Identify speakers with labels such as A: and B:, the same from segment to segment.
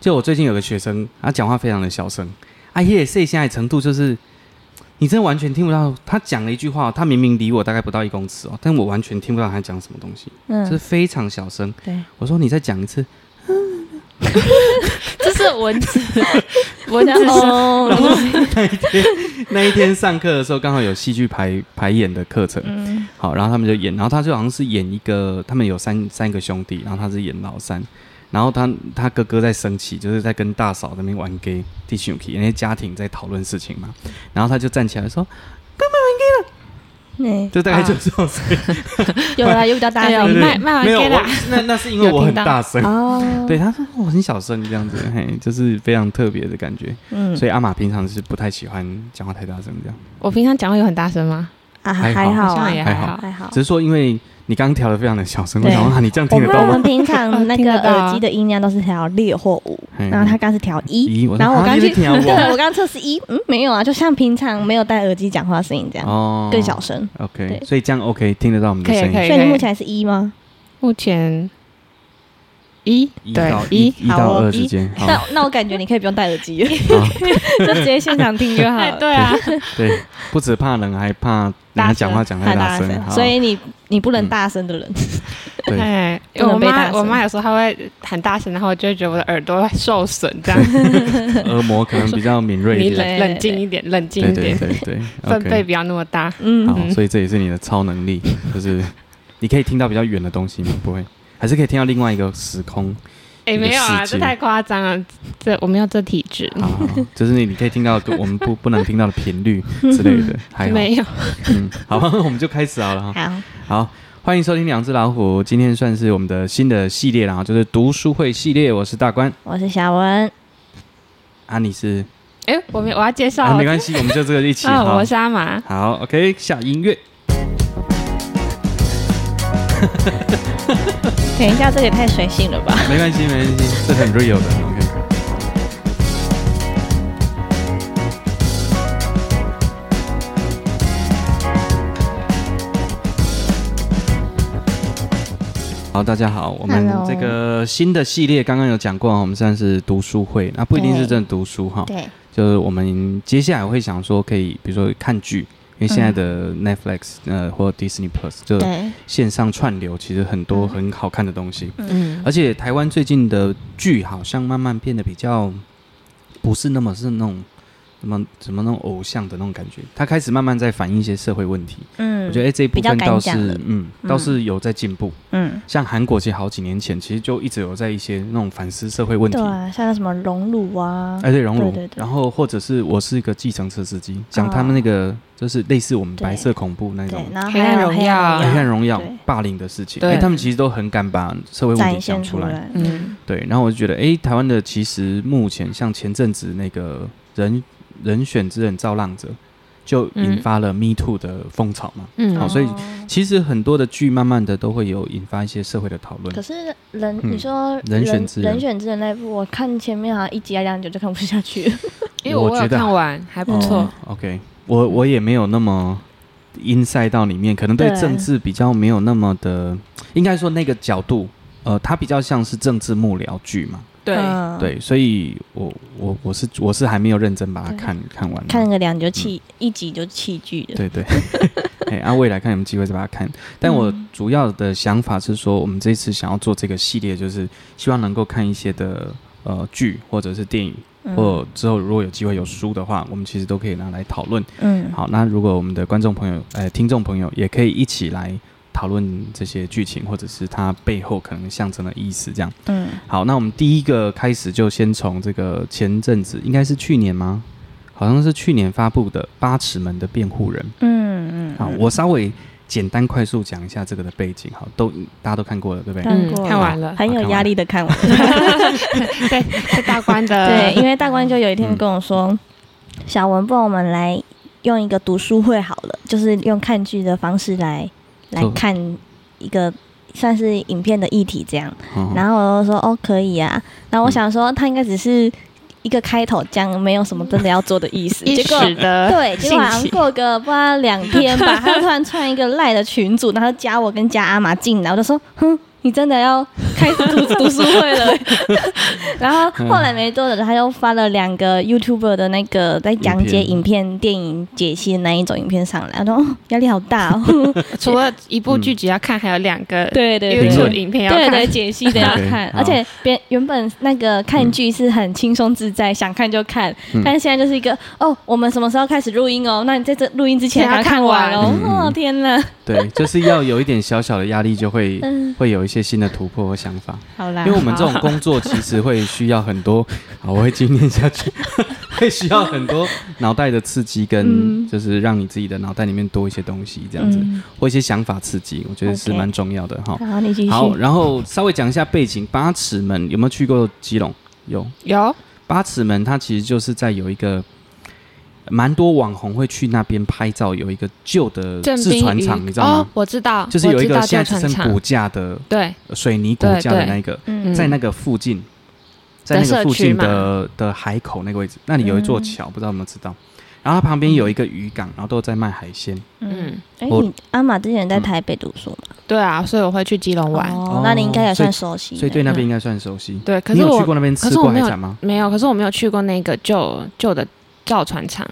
A: 就我最近有个学生，他讲话非常的小声，啊，也是现在程度就是，你真的完全听不到他讲了一句话哦，他明明离我大概不到一公尺哦，但我完全听不到他讲什么东西，就是
B: 嗯，
A: 非常小声。
B: 对，
A: 我说你再讲一次，
C: 这是蚊子，蚊子
B: 哦，
A: 那一天上课的时候刚好有戏剧排排演的课程，
C: 嗯，
A: 好，然后他们就演，然后他就好像是演一个，他们有三三个兄弟，然后他是演老三，然后他他哥哥在生气，就是在跟大嫂那边玩 gay 弟兄 k 因为家庭在讨论事情嘛，然后他就站起来说，
B: 对，
A: 就大概就
C: 啊
A: 这种声音，
B: 有啦，有比较大
C: 哎呦
A: 对
B: 声
A: 对
B: 音，
C: 卖卖完
A: 没有
C: gay
A: 我
C: 啦
A: 那那是因为
C: 有
A: 我很
C: 听到
A: 大声，
B: 哦，
A: 对，，他说我很小声这样子，嘿，就是非常特别的感觉，
B: 嗯，
A: 所以阿玛平常是不太喜欢讲话太大声这样，
C: 我平常讲话有很大声吗？
B: 啊，
A: 还
B: 还
A: 好
B: 好
C: 好
B: 啊
C: 像，也
A: 还
C: 还
A: 好
C: 好。
B: 还好
A: 只。是说因为你刚刚调的非常的小声，我
B: 对
A: 想啊，你这样
B: 我
A: 听得
B: 们
A: 到
B: 我
A: 吗
B: 们？平常
C: 嗯
B: 那
C: 听
B: 个
C: 得到啊
B: 耳机的音量都是调六或五，
A: 嘿
B: 然后他刚是调一，
A: 咦，我说
B: 然后我
A: 啊
B: 刚
A: 你
B: 去
A: 在听啊
B: 对
A: 我
B: 我刚刚测试一，嗯，没有啊，就像平常没有戴耳机讲话的声音这样，
A: 哦
B: 更小声。
A: OK，
B: 对
A: 所以这样 OK 听得到我们的
C: 可以
A: 声音。
C: 可
B: 所以你目
C: 以，
B: 前是一吗？
C: 目前一
A: 一
C: 对
A: 到一
C: 一
A: 一到
C: 好哦
A: 二之
C: 一
A: 间，好，
B: 那那我感觉你可以不用戴耳机，
A: 好
B: 就直接现场听就好
C: 哎，
B: 了。
C: 对啊，
A: 哦 对，不只怕冷，还怕人家讲话讲太大声，好
B: 所以你你不能大声的人，
A: 对
C: 哎，因
B: 不
C: 为
B: 能
C: 我
B: 被大
C: 妈
B: 声
C: 我妈有时候她会很大声，然后我就会觉得我的耳朵会受损，这样
A: 耳膜可能比较敏锐一
C: 你
A: 点，
C: 冷
B: 对
C: 冷静一点，冷静
A: 对
C: 一
A: 对
C: 点，
A: 对对
C: 分贝
A: ，OK，
C: 不要那么大。
B: 嗯，
A: 好，所以这也是你的超能 力，就是你可以听到比较远的东西吗？不会，还是可以听到另外一个时空，
C: 哎，
A: 一个
C: 没有啊，
A: 世界
C: 这太夸张了，这我没有这体质，
A: 好好，好啊就是你你可以听到我们不不能听到的频率 之类 的，还好，
C: 没有。
A: 嗯，好， 我们就开始好了哈。
B: 好，
A: 好，欢迎收听《两只老虎》，今天算是我们的新的系列啦，就是读书会系列，我是大关。
B: 我是小文，
A: 啊，你是
C: 哎，我没我要介绍
A: 啊，
C: 我
A: 没关系，我们就这个一起。
C: 啊，
A: 好
C: 我是阿玛，
A: 好，OK，下音乐。
B: 等一下这个也太随性了吧？
A: 没关系，没关系，这很 real 的。OK。好，大家好，我们
B: Hello
A: 这个新的系列刚刚有讲过，我们现在是读书会，那不一定是
B: 对
A: 真的读书哈，
B: 对，
A: 就是我们接下来会想说可以，比如说看剧，因为现在的
B: 嗯
A: Netflix、呃或者 Disney Plus 就
B: 对，
A: 线上串流，其实很
B: 嗯
A: 多很好看的东西。
C: 嗯，
A: 而且台湾最近的剧好像慢慢变得比较不是那么是那种什么什么那种偶像的那种感觉，它开始慢慢在反映一些社会问题。
B: 嗯
A: 我觉得哎、这一部
B: 比较
A: 分
B: 敢
A: 倒
B: 讲
A: 是
B: 了
A: 嗯倒是有在进步。
B: 嗯，
A: 像韩国其实好几年前其实就一直有在一些那种反思社会问题
B: 对。啊，像什么荣辱啊，
A: 哎，对，荣辱
B: 对对，对
A: 然后或者是我是一个计程车司机，讲他们那个就是类似我们白色恐怖那种
B: 哦对，然后
C: 黑
B: 还
C: 暗
B: 有
C: 荣耀啊
A: 黑暗荣耀
B: 对、
A: 霸凌的事情，
C: 对
A: 哎，他们其实都很敢把社会问题
B: 展
A: 讲
B: 现
A: 出
B: 出
A: 来。
B: 来，
C: 嗯
B: 嗯，
A: 对，然后我就觉得，诶，台湾的其实目前像前阵子那个人人选之人造浪者，就引
C: 嗯
A: 发了 Me Too 的风潮嘛。
C: 嗯
B: 哦
A: 好所以其实很多的剧慢慢的都会有引发一些社会的讨
B: 可
A: 论。
B: 是人，
A: 嗯
B: 你说
A: 人选之人
B: 人选之人那一部，我看前面好像一集还两集就看不下去 了。
C: 因为我
A: 我觉
C: 有
A: 得
C: 看完，还不错
A: 哦。OK，我我也没有那么 inside 到里面，可能对
B: 对
A: 政治比较没有那么的，应该说那个角度，呃，它比较像是政治幕僚剧嘛。
C: 对，
B: 嗯，
A: 对，所以我我我是我是还没有认真把它
B: 对
A: 看看完。啊
B: 看个两集就弃，一集就弃剧了。
A: 对对， 哎，啊，未来看有没有机会再把它看。但我
B: 嗯
A: 主要的想法是说，我们这次想要做这个系列，就是希望能够看一些的呃剧或者是电影，
B: 嗯
A: 或者之后如果有机会有书的话，我们其实都可以拿来讨论。
B: 嗯，
A: 好，那如果我们的观众朋友、呃听众朋友也可以一起来讨论这些剧情，或者是它背后可能象征的意思，这样。
B: 嗯，
A: 好，那我们第一个开始就先从这个前阵子应该是去年吗？好像是去年发布的《八尺门的辩护人》。
B: 嗯嗯，
A: 好，我稍微简单快速讲一下这个的背景，好，都大家都看过了，对不对？
B: 看
C: 嗯
B: 过，
C: 看完了。
B: 很有压力的看完。
C: 对，是大关的。
B: 对，因为大官就有一天
A: 呃嗯
B: 跟我说，小文，不然我们来用一个读书会好了， 就是用看剧的方式来来
A: 做
B: 看一个算是影片的议题这样。
A: 嗯
B: 然后我就说哦，可以啊。然后我想说，他应该只是一个开头，这样没有什么真的要做的意思。
C: 一
B: 结果
C: 时的
B: 对，结果好
C: 兴
B: 像
C: 起
B: 过个不知道两天吧，他突然创一个赖的群组，然后加我跟加阿玛进来，我就说，哼，你真的要开始 读读书会了。然后后来没多久，他又发了两个 YouTuber 的那个在讲解
A: 影
B: 影片、电影解析的那一种影片上来，我说哦压力好大哦。
C: 除了一部剧集要看，还有两个
B: 对对嗯对
A: 评
C: ，YouTube
A: 论
C: 影片要
B: 对
C: 看。
B: 对，解析的 要
A: OK，
B: 看，
A: 好
B: 而且别原本那个看剧是很轻松自在，想看就看
A: 嗯，
B: 但是现在就是一个哦，我们什么时候开始录音哦？那你在这录音之前
C: 先要
B: 还看
C: 看
B: 完
C: 完
B: 哦
A: 嗯，嗯
B: 哦天哪，
A: 对，就是要有一点小小的压力，就 会
B: 嗯，
A: 会有一些新的突破和想法。
B: 好啦
A: 因为，我们这种工作其实会需要很 多，好，我会经念下去， 会需要很多脑袋的刺激，跟
B: 嗯
A: 就是让你自己的脑袋里面多一些东西，这样子，
B: 嗯
A: 或一些想法刺激，我觉得是
B: OK
A: 蛮重要的哈。
B: 好，你继续。
A: 好，然后稍微讲一下背景，八尺门有没有去过基隆？有，
C: 有
A: 八尺门它其实就是在有一个。蛮多网红会去那边拍照，有一个旧的
C: 郑
A: 制
C: 斌
A: 船
C: 鱼
A: 厂，你知道
C: 哦
A: 吗？，
C: 我知道，
A: 就是有一个
C: 我知道
A: 现在
C: 旧
A: 只
C: 船
A: 剩骨
C: 厂，
A: 架的
C: 对，
A: 水泥骨架的那个，
B: 嗯
A: 在那个附近，在
C: 的
A: 那个
C: 社
A: 附
C: 区
A: 近
C: 嘛
A: 的的海口那个位置，那里有一座
B: 嗯
A: 桥，不知道有没有知道。然后它旁边有一个渔港，然后都在卖海鲜。
B: 嗯
C: 嗯，，
B: 哎，
A: 我
B: 你阿玛之前在台北读书嘛？
C: 对啊，所以我会去基隆玩。
B: 哦，那你应该也算熟悉的，
A: 嗯哦所以对那边应该算熟悉。
C: 对，可
A: 你
C: 是
A: 有去
C: 我
A: 过那边
C: 可
A: 吃
C: 是
A: 过
C: 我没
A: 海
C: 有
A: 产吗？
C: 没有，可是我没有去过那个旧旧的造船厂。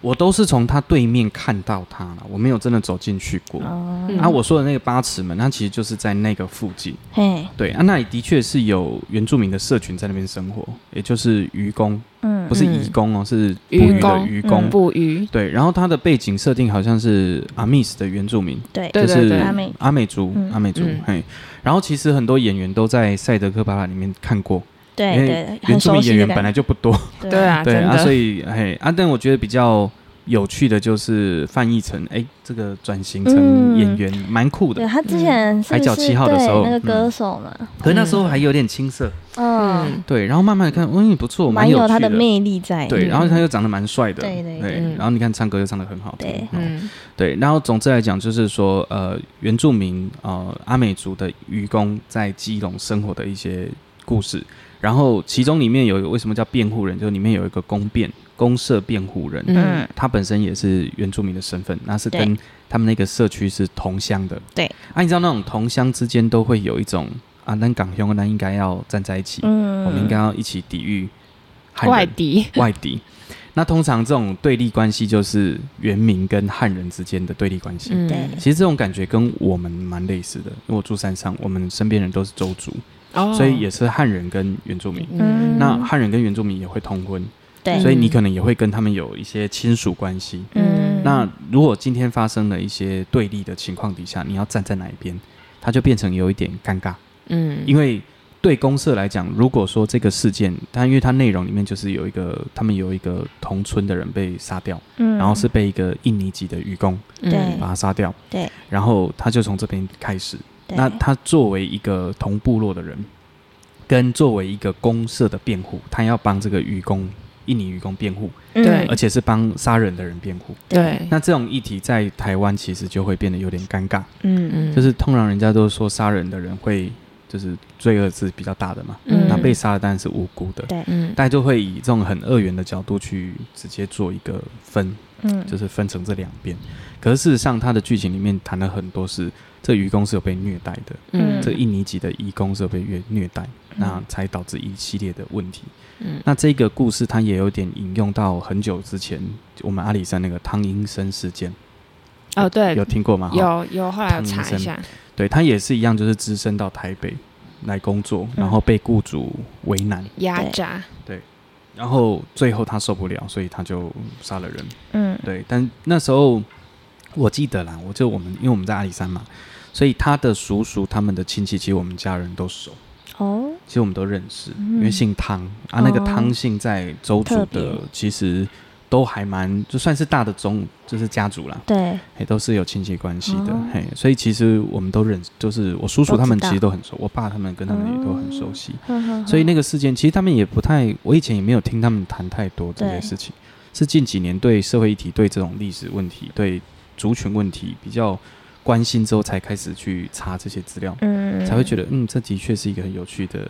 A: 我都是从它对面看到它了，我没有真的走进去过。
B: 哦，
C: 嗯
A: 啊，我说的那个八尺门，它其实就是在那个附近。
B: 嘿，
A: 对啊，那里的确是有原住民的社群在那边生活，也就是渔工，
B: 嗯
A: 不是
C: 嗯
A: 移工哦，是捕
C: 渔
A: 鱼的
C: 工
A: 渔
B: 嗯
A: 工。
C: 捕鱼，
A: 对，然后它的背景设定好像是阿密斯的原住民，
B: 对
C: 对
A: 就是
C: 对
B: 阿美
A: 阿美族，
B: 嗯
A: 阿美族
C: 嗯，
A: 嘿。然后其实很多演员都在《赛德克巴拉》里面看过，
B: 对
A: 因为
B: 对，
A: 原住
B: 很熟
A: 民演
B: 悉的
A: 员本
B: 感
A: 来就不多，
B: 觉，
C: 对，啊，
A: 对
C: 真
A: 啊，所
C: 的，
A: 以嘿啊，但我觉得比较有趣的就是范逸臣，哎，这个转型成
B: 嗯
A: 演员蛮酷
B: 对
A: 的，
B: 他之前是
A: 嗯海
B: 不
A: 角
B: 是
A: 七号的时候
B: 对那个歌
A: 嗯
B: 手嘛？
A: 可是那时候还有点青涩，
B: 嗯，
C: 嗯，
A: 对。然后慢慢地看，嗯，不错，蛮
B: 蛮有
A: 趣
B: 他的魅力在，
A: 对，
C: 嗯
A: 然后他又长得蛮帅的，
B: 对对
A: 对
C: 嗯
A: 然后你看唱歌又唱得很好
B: 对
A: 听，嗯
C: 嗯，
A: 对，然后总之来讲，就是说，呃，原住民呃阿美族的渔工在基隆生活的一些故事，然后其中里面有一个为什么叫辩护人，就里面有一个公辩公社辩护人，
C: 嗯
B: 嗯，
A: 他本身也是原住民的身份，那是
B: 对
A: 跟他们那个社区是同乡的，
B: 对，
A: 啊，你知道那种同乡之间都会有一种啊，咱港兄咱应该要站在一起，
B: 嗯，
A: 我们应该要一起抵御汉人
C: 外敌，
A: 外敌。那通常这种对立关系就是原民跟汉人之间的对立关系。
C: 嗯，
B: 对
A: 其实这种感觉跟我们蛮类似的，因为我住山上，我们身边人都是周族，
C: 哦
A: 所以也是汉人跟原住民。
B: 嗯
A: 那汉人跟原住民也会通婚，
B: 对，
A: 所以你可能也会跟他们有一些亲属关系。
B: 嗯，
A: 那如果今天发生了一些对立的情况底下，你要站在哪一边，它就变成有一点尴尬，
C: 嗯，
A: 因为。对公社来讲，如果说这个事件，它因为它内容里面就是有一个，他们有一个同村的人被杀掉，
B: 嗯
A: 然后是被一个印尼籍的渔工
C: 嗯
A: 把他杀掉，
B: 对，
A: 然后他就从这边开始。
B: 对
A: 那他作为一个同部落的人，跟作为一个公社的辩护，他要帮这个渔工印尼渔工辩护，
B: 嗯
C: 对
A: 而且是帮杀人的人辩护。
C: 对，
A: 那这种议题在台湾其实就会变得有点尴尬，
B: 嗯
C: 嗯，
A: 就是通常人家都说杀人的人会就是罪恶是比较大的嘛，
B: 嗯
A: 那被杀的当然是无辜的。
B: 对
C: 嗯
A: 大家就会以这种很二元的角度去直接做一个分，
B: 嗯
A: 就是分成这两边。可是事实上，它的剧情里面谈了很多是这愚公是有被虐待的，
C: 嗯
A: 这印尼籍的移工是有被虐虐待，
B: 嗯
A: 那才导致一系列的问题。
C: 嗯
A: 那这个故事它也有点引用到很久之前我们阿里山那个汤英生事件，
C: 哦
B: 呃
C: 对
A: 有，听过吗？哈
C: 有有，后来有查一下，
A: 对他也是一样，就是只身到台北来工作，然
B: 嗯
A: 后被雇主为难，
C: 压榨，
A: 然后最后他受不了，所以他就杀了人。
B: 嗯
A: 对，但那时候我记得啦，我就我们因为我们在阿里山嘛，所以他的叔叔他们的亲戚，其实我们家人都熟，
B: 哦
A: 其实我们都认识，
B: 嗯
A: 因为姓汤啊，那个
B: 哦
A: 汤姓在周族
B: 特
A: 的
B: 别
A: 其实都还蛮就算是大的宗，就是家族啦，
B: 对
A: 嘿，都是有亲戚关系的，
B: 哦
A: 嘿，所以其实我们都认识，就是我叔叔他们
B: 都知
A: 其
B: 道哦
A: 实都很熟，我爸他们跟他们也都很熟悉，
B: 哼哼
A: 所以那个事件，其实他们也不太，我以前也没有听他们谈太多这些
B: 对
A: 事情，是近几年对社会议题、对这种历史问题、对族群问题比较关心之后，才开始去查这些资料，
B: 嗯
A: 才会觉
B: 得
A: 得，嗯，这的确是一个很有趣的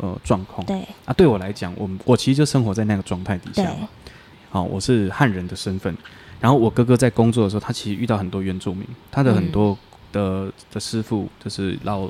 A: 呃状况。
B: 对
A: 啊，对我来讲，我们我其实就生活在那个状态底下
B: 对
A: 嘛。好、我是汉人的身份，然后我哥哥在工作的时候，他其实遇到很多原
B: 嗯
A: 住民，他的很多的、的师傅就是老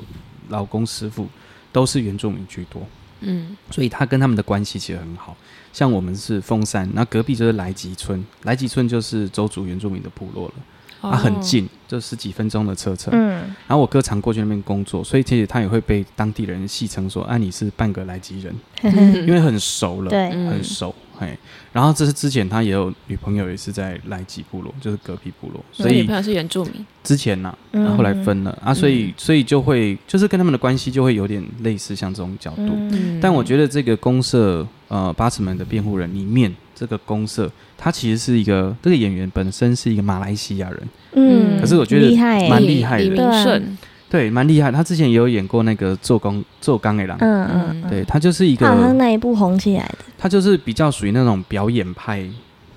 A: 老公师傅，都是原住民居多，
C: 嗯
A: 所以他跟他们的关系其实很好。像我们是凤山，那隔壁就是来吉村，来吉村就是周族原住民的部落了，它、
C: 哦
A: 啊很近，就十几分钟的车程。
B: 嗯，
A: 然后我哥常过去那边工作，所以其实他也会被当地人戏称说：“啊，你是半个来吉人，
B: 嗯
A: 因为很熟了，
B: 对
C: 嗯
A: 很熟。”嘿，然后这是之前他也有女朋友，也是在来吉部落，就是隔壁部落，所
C: 我女
A: 以
C: 朋友是原住民，
A: 之前呐、
B: 嗯
A: 啊，后来分了、啊，所以所以就会就是跟他们的关系就会有点类似像这种角度。
B: 嗯
A: 但我觉得这个公社，呃，八尺门的辩护人里面，这个公社，他其实是一个这个演员本身是一个马来西亚人，
B: 嗯，
A: 可是我觉得
B: 厉害欸，
A: 蛮厉害的
C: 李明顺，
A: 对，蛮厉害。他之前也有演过那个《做工做钢的狼》，
B: 嗯嗯嗯，
A: 对他就是一
B: 他好像
A: 个，
B: 那一部红起来的，
A: 他就是比较属于那种表演派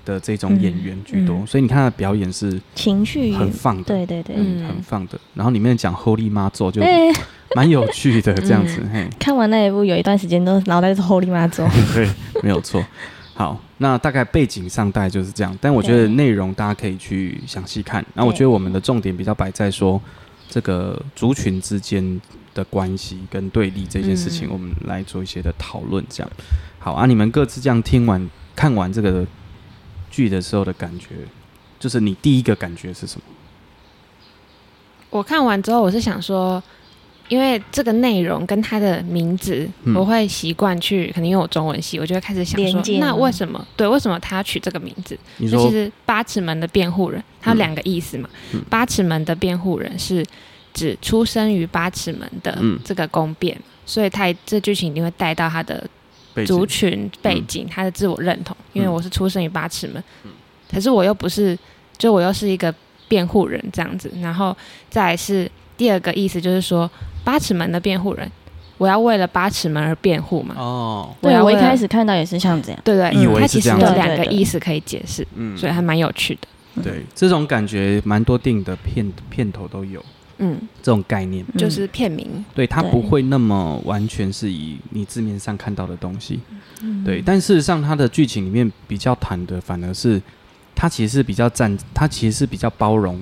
A: 的这种演员居多，
B: 嗯嗯
A: 所以你看他的表演是
B: 情绪
A: 很放的，
B: 对对对，
A: 嗯，
C: 嗯
A: 很放的。然后里面讲 Holy 妈咒就
B: 哎，
A: 蛮有趣的这样子，
C: 嗯
A: 嘿，
B: 看完那一部有一段时间都脑袋是 Holy 妈祖，
A: 对， 没有错。好，那大概背景上大概就是这样，但我觉得
B: 对
A: 内容大家可以去详细看。那我
B: 对
A: 觉得我们的重点比较摆在说这个族群之间的关系跟对立这件事情，
C: 嗯
A: 我们来做一些的讨论。这样，好啊，你们各自这样听完看完这个剧的时候的感觉，就是你第一个感觉是什么？
C: 我看完之后，我是想说，因为这个内容跟它的名字，
A: 嗯
C: 我会习惯去，可能因为我中文系，我就会开始想
B: 连
C: 说
B: 接，吗
C: 那为什么对？为什么他要取这个名字？
A: 你
C: 那
A: 说
C: 其，实八尺门的辩护人，它有两个意思嘛。
A: 嗯嗯
C: 八尺门的辩护人是指出生于八尺门的
A: 嗯
C: 这个公辩，所以他这剧情一定会带到他的
A: 背景
C: 族群背景，
A: 嗯
C: 他的自我认同，因为我是出生于八尺门，可是我又不是，就我又是一个辩护人这样子。然后再来是第二个意思，就是说八尺门的辩护人，我要为了八尺门而辩护嘛？
A: 哦，
B: 对
C: 要
B: 我
C: 为
B: 一
C: 了
B: 开始看到也是像这样，
C: 对对，
A: 以为
C: 他
A: 是这
C: 其实
A: 样
C: 有
A: 子
C: 两个
B: 对对对
C: 意思可以解释，
A: 嗯
C: 所以还蛮有趣的。
A: 对，这种感觉蛮多电影的片片头都有
C: 嗯，
A: 这种概念。
B: 嗯
C: 就是片名，
A: 对，它
B: 对
A: 不会那么完全是以你字面上看到的东西，
B: 嗯
A: 对。但事实上，它的剧情里面比较谈的反而是，它其实是比较站，它其实是比较包容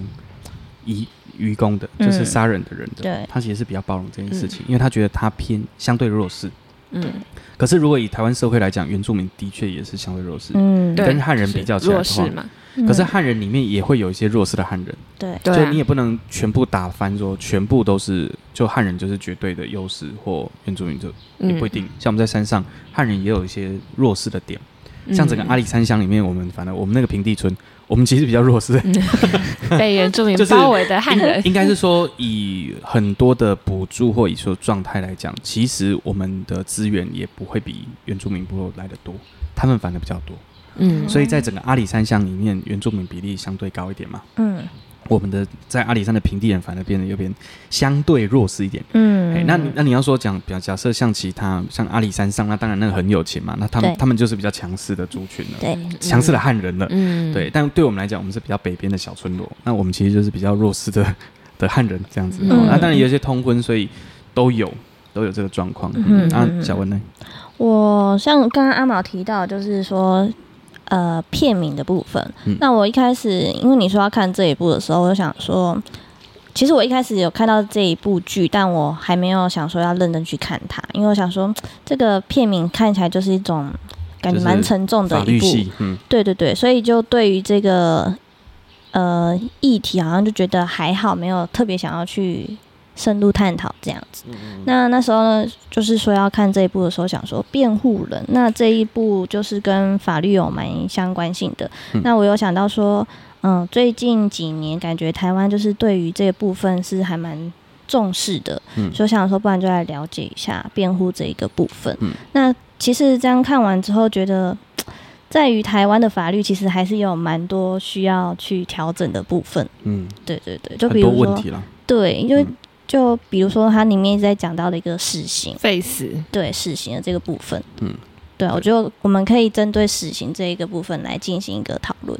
A: 愚愚公的，就是
B: 嗯
A: 杀人的人的，
B: 对嗯
A: 他其实是比较包容这件事情，因为他觉得他偏相对弱势。
C: 嗯，
A: 可是如果以台湾社会来讲，原住民的确也是相对弱势，
B: 嗯，
C: 对
A: 跟汉人比较起来
C: 弱
A: 的
C: 势
A: 话。
C: 嘛，
B: 嗯
A: 可是汉人里面也会有一些弱势的汉人，
B: 对，
C: 对
A: 所以
C: 啊
A: 你也不能全部打翻说全部都是就汉人就是绝对的优势或原住民就也不一定。
B: 嗯
C: 嗯
A: 像我们在山上，汉人也有一些弱势的点，
B: 嗯
C: 嗯
A: 像整个阿里山乡里面，我们反正我们那个平地村，我们其实比较弱势。
C: 嗯被原住民
A: 就是
C: 包围的 汉人，
A: 应该是说，以很多的补助或以说状态来讲，其实我们的资源也不会比原住民部落来的多，他们反而比较多。
C: 嗯，
A: 所以在整个阿里山乡里面，原住民比例相对高一点嘛。
B: 嗯
A: 我们的在阿里山的平地人反而变得有点相对弱势一点。哎、
B: 嗯，
A: 那你那你要说讲，比方假设像其他像阿里山上，那当然那个很有钱嘛，那他们
B: 对
A: 他们就是比较强势的族群了，
B: 对
C: 嗯
A: 强势的，汉人了。
C: 嗯，
A: 对，但对我们来讲，我们是比较北边的小村落，那我们其实就是比较弱势的 的汉人这样子。
C: 嗯
A: 哦那当然有一些通婚，所以都有都有这个状况。嗯，
B: 嗯
A: 啊
B: 嗯，嗯
A: 小文呢？
B: 我像刚刚阿毛提到，就是说。呃，片名的部分，
A: 嗯
B: 那我一开始因为你说要看这一部的时候，我就想说，其实我一开始有看到这一部剧，但我还没有想说要认真去看它，因为我想说这个片名看起来就是一种感觉
A: 就是
B: 蛮沉重的
A: 法
B: 一
A: 律
B: 部，
A: 系，嗯，
B: 对对对，所以就对于这个呃议题，好像就觉得还好，没有特别想要去深入探讨这样子。那那时候呢，就是说要看这一部的时候，想说辩护人，那这一部就是跟法律有蛮相关性的。
A: 嗯
B: 那我有想到说，嗯，最近几年感觉台湾就是对于这部分是还蛮。重视的，
A: 嗯
B: 所以想说，不然就来了解一下辩护这一个部分。
A: 嗯
B: 那其实这样看完之后，觉得嗯在于台湾的法律其实还是有蛮多需要去调整的部分。
A: 嗯，
B: 对对对，就
A: 很
B: 比
A: 多
B: 如
A: 问
B: 说，
A: 题啦。
B: 对，因为
A: 嗯
B: 就比如说它里面一直在讲到的一个死刑，
C: 费死，
B: 对死刑的这个部分，
A: 嗯，
B: 对啊，
A: 对
B: 我觉得我们可以针对死刑这一个部分来进行一个讨论。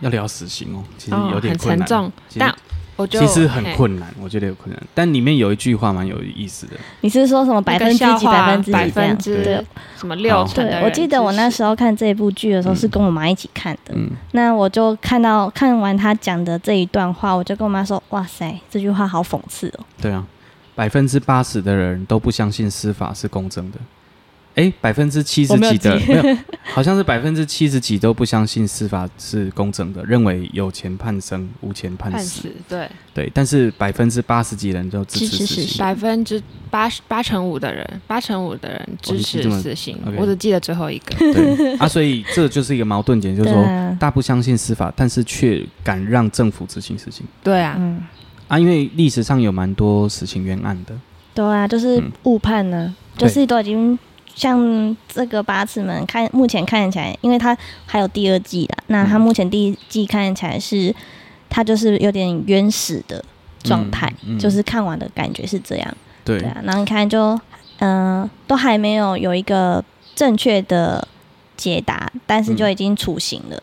A: 要聊死刑哦，其实
C: 哦
A: 有点
C: 很
A: 困
C: 沉
A: 难。
C: 重，
A: 其实
C: 但我就
A: 其实很
C: 嘿
A: 困难，我觉得有困难。但里面有一句话蛮有意思的，
B: 你是说什么百分之
C: 那个
B: 几、
C: 笑话啊
B: 百分之
C: 百
B: 几这样
C: 分？之
A: 对
C: 什么六成的
B: 对
C: 人，
B: 我记得我那时候看这部剧的时候是跟我妈一起看的，
A: 嗯，
B: 那我就看到看完他讲的这一段话，我就跟我妈说：“哇塞，这句话好讽刺哦。
A: 对啊。百分之八十的人都不相信司法是公正的。哎，百分之七十
C: 我没有
A: 几的
C: 记
A: 没有，好像是百分之七十几都不相信司法是公正的，认为有钱判生，无钱判死。
C: 判死对，
A: 对，但是百分之八十几人都支持死
B: 支持死
A: 刑
B: 刑。
C: 百分之八十八成五的人，八成五的人支
A: 哦你记
C: 持
A: 这么
C: 死刑。
A: OK
C: 我只记得最后一个，
A: 对啊，所以这就是一个矛盾点，就是
B: 对
A: 说
B: 啊，
A: 大不相信司法，但是却敢让政府执行死刑
C: 对啊，
B: 嗯，
A: 啊，因为历史上有蛮多死刑冤案的。
B: 对啊，就是
A: 嗯
B: 误判呢、
A: 对
B: 就是都已经像这个八尺门看，目前看起来，因为它还有第二季啦，那它
A: 嗯
B: 目前第一季看起来是它就是有点原始的状态、
A: 嗯嗯
B: 就是看完的感觉是这样，
A: 对
B: 对啊，然后你看就嗯、呃都还没有有一个正确的解答，但是就
A: 嗯
B: 已经处刑了，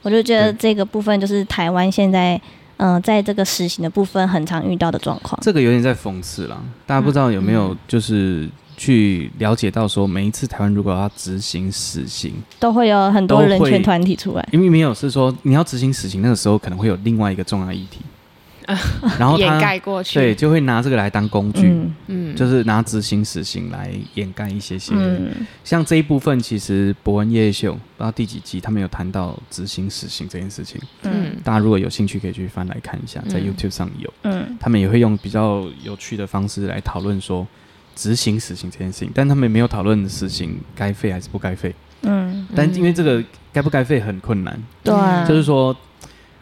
B: 我就觉得
A: 对
B: 这个部分就是台湾现在嗯、呃在这个实行的部分很常遇到的状况，
A: 这个有点在讽刺啦。大家不知道有没
C: 嗯
A: 有就是去了解到说，每一次台湾如果要执行死刑，
B: 都会有很多
A: 都
B: 人
A: 会
B: 权团体出来。
A: 因为没有是说你要执行死刑那个时候，可能会有另外一个重要议题，然后
C: 啊掩
A: 他
C: 盖过去。
A: 对，就会拿这个来当工具。
B: 嗯
C: 嗯，
A: 就是拿执行死刑来掩盖一些些，
B: 嗯，
A: 像这一部分，其实伯恩夜秀不知道第几集，他们有谈到执行死刑这件事情，
B: 嗯
A: 大家如果有兴趣可以去翻来看一下，在
C: 嗯
A: YouTube 上有。
B: 嗯
A: 他们也会用比较有趣的方式来讨论说执行死刑这件事情，但他们没有讨论死刑该废还是不该废。
B: 嗯，
A: 但因为这个该不该废很困难，
B: 对啊，
A: 就是说，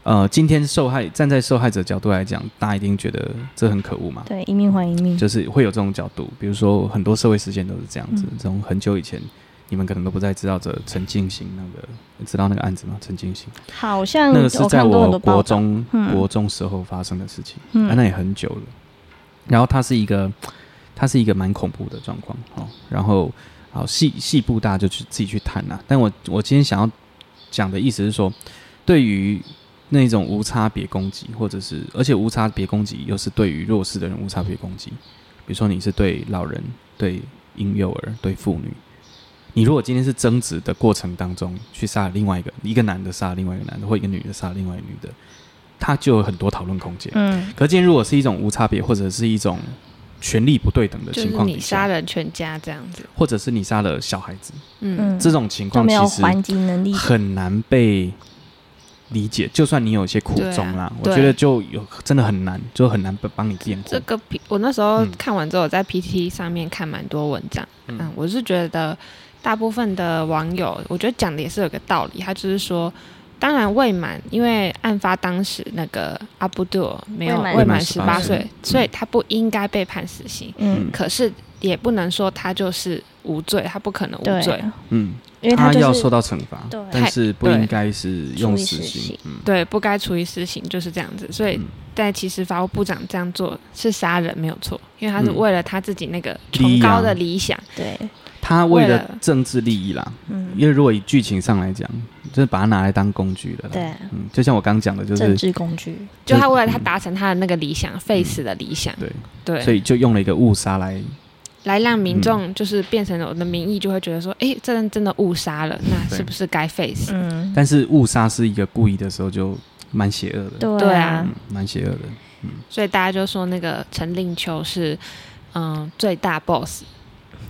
A: 呃，今天受害站在受害者角度来讲，大家一定觉得这很可恶嘛，
B: 对一命还一命，
A: 就是会有这种角度。比如说很多社会事件都是这样子
B: 嗯，
A: 从很久以前。你们可能都不太知道这陈进兴那个，你知道那个案子吗？陈进兴
B: 好像
A: 那个是
B: 嗯我
A: 在
B: 看过很
A: 我国
B: 多报道，
A: 中
B: 嗯
A: 国中时候发生的事情。啊，那
B: 嗯
A: 也很久了。然后它是一个，它是一个蛮恐怖的状况哦。然后，好细细部大家就去自己去探啦、但我我今天想要讲的意思是说，对于那种无差别攻击，或者是而且无差别攻击又是对于弱势的人无差别攻击，比如说你是对老人、对婴幼儿、对妇女。你如果今天是争执的过程当中去杀了另外一个，一个男的杀了另外一个男的，或一个女的杀了另外一个女的，他就有很多讨论空间。
B: 嗯
A: 可见，如果是一种无差别，或者是一种权力不对等的
C: 就
A: 情
C: 是
A: 况底
C: 你
A: 下，
C: 杀了全家这样子，
A: 或者是你杀了小孩子，
C: 嗯
B: 嗯，
A: 这种情
B: 都
A: 况
B: 没有
A: 其实
B: 还击能力，
A: 很难被理解。就算你有一些苦衷啦，
C: 对
A: 我
C: 啊
A: 觉得就有真的很难，就很难帮你辩护
C: 这。个 P，我那时候
A: 嗯
C: 看完之后，我在 PT 上面看蛮多文章，
A: 嗯
C: 嗯我是觉得大部分的网友，我觉得讲的也是有个道理，他就是说，当然未满，因为案发当时那个阿布杜尔没有
B: 未满
C: 未满十
A: 18
C: 八
A: 岁
C: 岁，所以他不应该被判死刑，
B: 嗯，
C: 可是也不能说他就是无罪，他不可能
B: 对
C: 无罪，，
A: 嗯，
B: 因为
A: 他要
B: 就
A: 受
B: 是
A: 到惩罚
B: 对，
A: 但是不
C: 对
A: 应该是用
B: 处以
A: 死
B: 死
A: 刑
B: 刑。
A: 嗯，
C: 对，不该处以死刑就是这样子，所以。
A: 嗯
C: 但其实法务部长这样做是杀人没有错，因为他是
A: 嗯
C: 为了他自己那个
A: 利
C: 崇
A: 益啊
C: 高的理想，
B: 对，
A: 他为
C: 为
A: 了
C: 了
A: 政治利益啦，
B: 嗯，
A: 因为如果以剧情上来讲，就是把它拿来当工具的。
B: 对，啊，
A: 嗯，就像我刚讲的，就是
B: 政治工具，
C: 就他为了他
A: 嗯
C: 达成他的那个理想，face 的理想，
A: 对，
C: 对，
A: 所以嗯就用了一个误杀来
C: 来让民众就是变成我的民意，就会觉得说，哎，这人真的误杀了，那
A: 对
C: 是不是该 face？
B: 嗯，
A: 但是误杀是一个故意的时候，就蛮邪恶的，
B: 对
C: 对
B: 啊
C: 啊，
A: 嗯，蛮邪恶的。
C: 所以大家就说那个陈令秋是嗯最大 boss，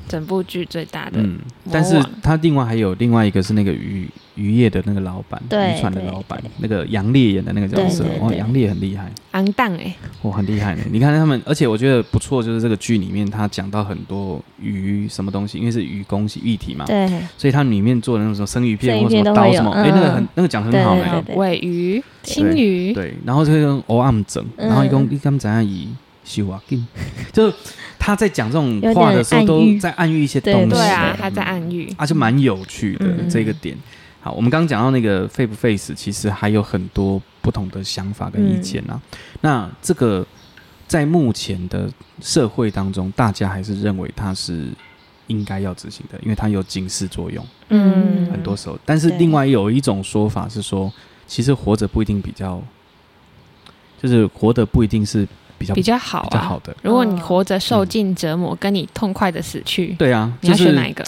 C: 整部剧最大的，
A: 嗯，
C: 魔王
A: 但是他另外还有另外一个是那个渔渔业的那个老板，
B: 对
A: 渔船的
B: 对
A: 老板
B: 对，
A: 那个杨烈演的那个角色
B: 对对，
A: 哇，
B: 对
A: 杨烈很厉害，
C: 昂荡哎，
A: 哇，很厉害呢。你看他们，而且我觉得不错，就是这个剧里面他讲到很多鱼什么东西，因为是鱼工系议题嘛，
B: 对，
A: 所以他里面做的那种生鱼片
B: 生鱼
A: 或什么
B: 片都
A: 刀
B: 会有
A: 什么，
B: 嗯
A: 哎，那个很那个讲得很好
B: 对
A: 呢。
B: 对
C: 尾鱼、青鱼，
A: 对，然后这个偶暗整，
C: 嗯
A: 然后一共一共怎样以修啊， 就是他在讲这种话的时候，
B: 有点暗
A: 都
B: 喻
A: 在暗喻一些
B: 对
A: 东西。
B: 对
C: 对啊，
A: 嗯
C: 他在暗喻，
A: 啊，就蛮有趣的、
B: 嗯
A: 这个点。好，我们刚刚讲到那个 face to face，其实还有很多不同的想法跟意见啊。
C: 嗯
A: 那这个在目前的社会当中，大家还是认为它是应该要执行的，因为它有警示作用。
B: 嗯
A: 很多时候。但是
B: 对
A: 另外有一种说法是说，其实活着不一定比较，就是活得不一定是比较
C: 比较好
A: 比较
C: 啊
A: 好。的。
C: 如果你活着受尽折磨，跟你痛快的死去，
A: 嗯对啊，
C: 你
A: 就
C: 要选哪
A: 是
C: 一个？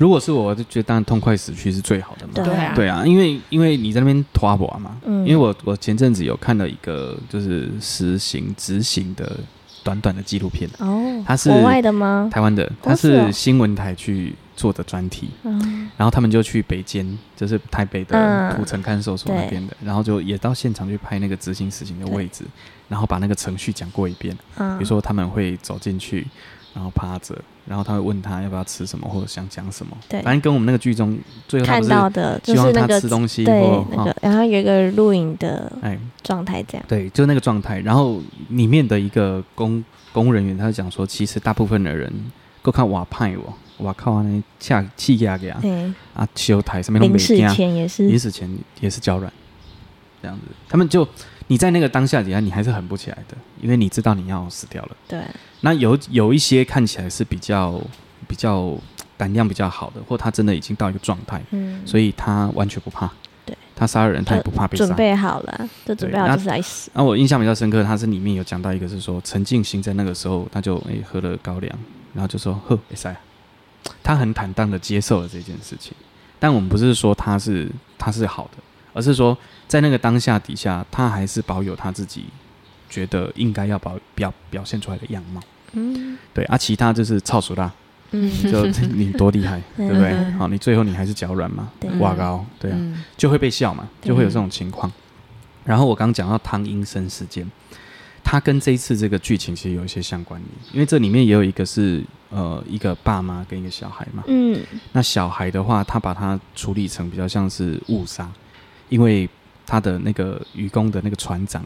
A: 如果是我，我就觉得当然痛快死去是最好的嘛。
B: 对
C: 对啊
A: 对啊，因为因为你在那边拖博嘛，
B: 嗯
A: 因为我我前阵子有看到一个就是实行执行的短短的纪录片，
B: 哦，
A: 它是
B: 国外的吗？
A: 台湾的，它
B: 哦是哦
A: 是新闻台去做的专题，
B: 嗯，
A: 然后他们就去北监，就是台北的
B: 嗯
A: 土城看守所那
B: 对
A: 边的，然后就也到现场去拍那个执行死刑的位置，然后把那个程序讲过一遍。
B: 比
A: 比如说他们会走进去，然后趴着，然后他会问他要不要吃什么或者想讲什么，
B: 对
A: 反正跟我们那个剧中最后他
B: 看
A: 不是
B: 到的，就
A: 希望
B: 是那
A: 他
B: 个
A: 吃东西或嗯哈
B: 对那个，然后有一个录影的
A: 哎
B: 状态这样。
A: 对，就那个状态。然后里面的一个公公务人员他就讲说，其实大部分的人够看瓦派哦，瓦靠啊那恰气压给啊
B: 对，
A: 啊修台上面都
B: 临
A: 没
B: 死
A: 惊，
B: 前也是
A: 临，死前也是脚软，这样子，他们就你在那个当下底下你还是狠不起来的，因为你知道你要死掉了。
B: 对，
A: 那有有一些看起来是比较比较胆量比较好的，或他真的已经到一个状态，
B: 嗯，
A: 所以他完全不怕。
B: 对，
A: 他杀了人，他也不怕被
B: 准
A: 杀。
B: 备好了，就准
A: 对
B: 备好
A: 那
B: 就是来死。
A: 那、我印象比较深刻，他是里面有讲到一个是说陈静心在那个时候，他就诶、喝了高粱，然后就说呵，哎塞，他很坦荡的接受了这件事情。但我们不是说他是他是好的，而是说在那个当下底下，他还是保有他自己觉得应该要保表表现出来的样貌。
B: 嗯
A: 对啊，其他就是操熟啦，
C: 嗯，
A: 就你多厉害，对
B: 嗯
A: 不对？
C: 嗯
A: 好，你最后你还是脚软嘛
B: 对，
A: 哇高，对啊，
C: 嗯
A: 就会被笑嘛，
B: 嗯
C: 对
A: 就会有这种情况。然后我刚讲到汤英生事件，他跟这一次这个剧情其实有一些相关联，因为这里面也有一个是呃一个爸妈跟一个小孩嘛，
B: 嗯，
A: 那小孩的话，他把它处理成比较像是误杀，因为他的那个渔工的那个船长。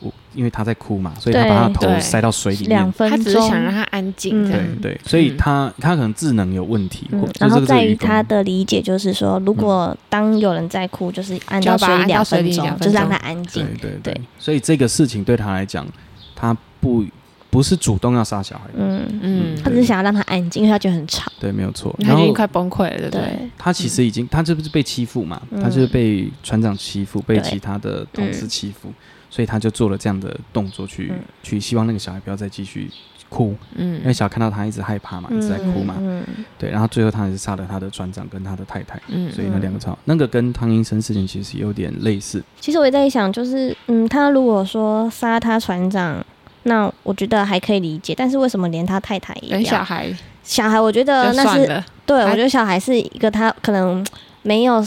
A: 我因为他在哭嘛，所以他
B: 对
A: 把他头
C: 对
A: 塞到水里面
B: 两，分
C: 他只是
B: 钟
C: 想，让他安静
B: 嗯
C: 这样。
A: 对对，所以
C: 嗯
A: 他他可能智能有问题，或就，
B: 嗯然
A: 这个
B: 后
A: 是嗯
B: 在于
A: 愚公
B: 他的理解就是说，如果当有人在哭，就是按
C: 就要
B: 到
C: 把
B: 水里
C: 他按到
B: 两
C: 水
B: 分
C: 里
B: 钟
C: 两，分
B: 就是让
C: 钟
B: 他安
A: 对
B: 静。
A: 对对
B: 对，
A: 所以这个事情对他来讲，他不不是主动要杀小孩，
B: 嗯，
C: 嗯，
B: 他只是想要让他安静，因为他觉得很吵。
A: 对，没有错。
C: 他
A: 然
C: 已经
A: 后
C: 快崩溃了，对不对？
B: 对，
A: 他其实已经，他这不是被欺负嘛？
B: 嗯
A: 他就是被船长欺负，被
B: 对
A: 其他的同事
B: 嗯
A: 欺负，所以他就做了这样的动作去
B: 嗯
A: 去希望那个小孩不要再继续哭，因为
C: 嗯
A: 小孩看到他一直害怕嘛，一直在哭嘛，
B: 嗯，嗯
A: 对。然后最后他还是杀了他的船长跟他的太太，
C: 嗯
A: 所以那两个吵，那个跟汤英生事情其实有点类似，
B: 其实我也在想，就是嗯，他如果说杀他船长，那我觉得还可以理解，但是为什么连他太太也
C: 跟小
B: 要？
C: 孩
B: 小孩，我觉得
C: 就
B: 呃那
C: 算
B: 是
C: 了，
B: 对，
C: 他
B: 我觉得小孩是一个他可能没有，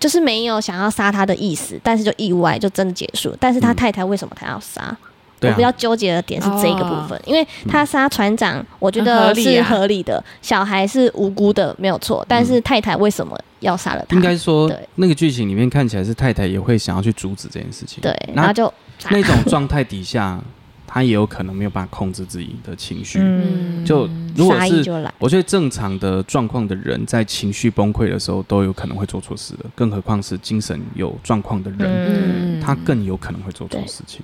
B: 就是没有想要杀他的意思，但是就意外就真的结束了。但是他
A: 嗯
B: 太太为什么他要杀？
A: 对
B: 我
A: 啊
B: 比，较纠结的点是这个部分，因为他杀船长，我觉
C: 很合
A: 嗯
B: 得
C: 理
B: 是
C: 啊
B: 合理的，小孩是无辜的，没有错。但是太太为什么要杀了他？
A: 应该说
B: 对
A: 那个剧情里面看起来是太太也会想要去阻止这件事情，
B: 对，然后
A: 那
B: 就啊
A: 那种状态底下，他也有可能没有办法控制自己的情绪。
B: 嗯，
A: 就如果
B: 杀意
A: 是啊
B: 就来，
A: 我觉得正常的状况的人，在情绪崩溃的时候都有可能会做错事的，更何况是精神有状况的人，
B: 嗯，
A: 他更有可能会做
C: 嗯
A: 错事情。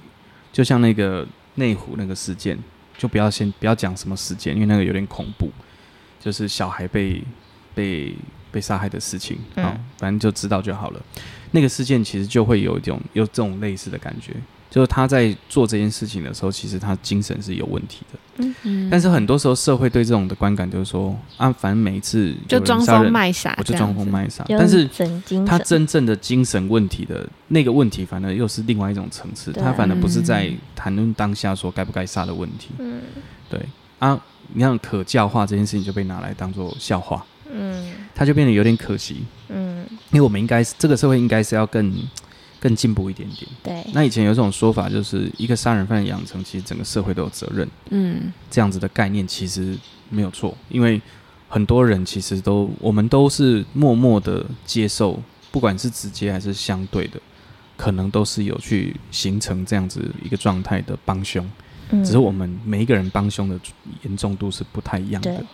A: 就像那个内湖那个事件，就不要先不要讲什么事件，因为那个有点恐怖，就是小孩被被被杀害的事情啊、
B: 嗯
A: 好反正就知道就好了。那个事件其实就会有一种有这种类似的感觉，就是他在做这件事情的时候，其实他精神是有问题的。
C: 嗯
A: 但是很多时候社会对这种的观感就是说，啊，反正每一次有
C: 就
A: 人
C: 装
A: 杀
C: 疯
A: 人，
C: 卖傻
A: 我
C: 这
A: 就
C: 样
A: 装
C: 子，
A: 疯卖傻。
B: 有
A: 但是
B: 神经
A: 他
B: 症
A: 真正的精神问题的那个问题，反而又是另外一种层次，
B: 对
A: 他反而不是在
C: 嗯
A: 谈论当下说该不该杀的问题。
B: 嗯
A: 对啊，你看可教化这件事情就被拿来当做笑话，
B: 嗯
A: 他就变得有点可惜，
B: 嗯，
A: 因为我们应该是这个社会应该是要更更进步一点点。
B: 对，
A: 那以前有一种说法，就是一个杀人犯的养成，其实整个社会都有责任。
C: 嗯
A: 这样子的概念其实没有错，因为很多人其实都我们都是默默的接受，不管是直接还是相对的，可能都是有去形成这样子一个状态的帮凶，
B: 嗯
A: 只是我们每一个人帮凶的严重度是不太一样的
B: 对。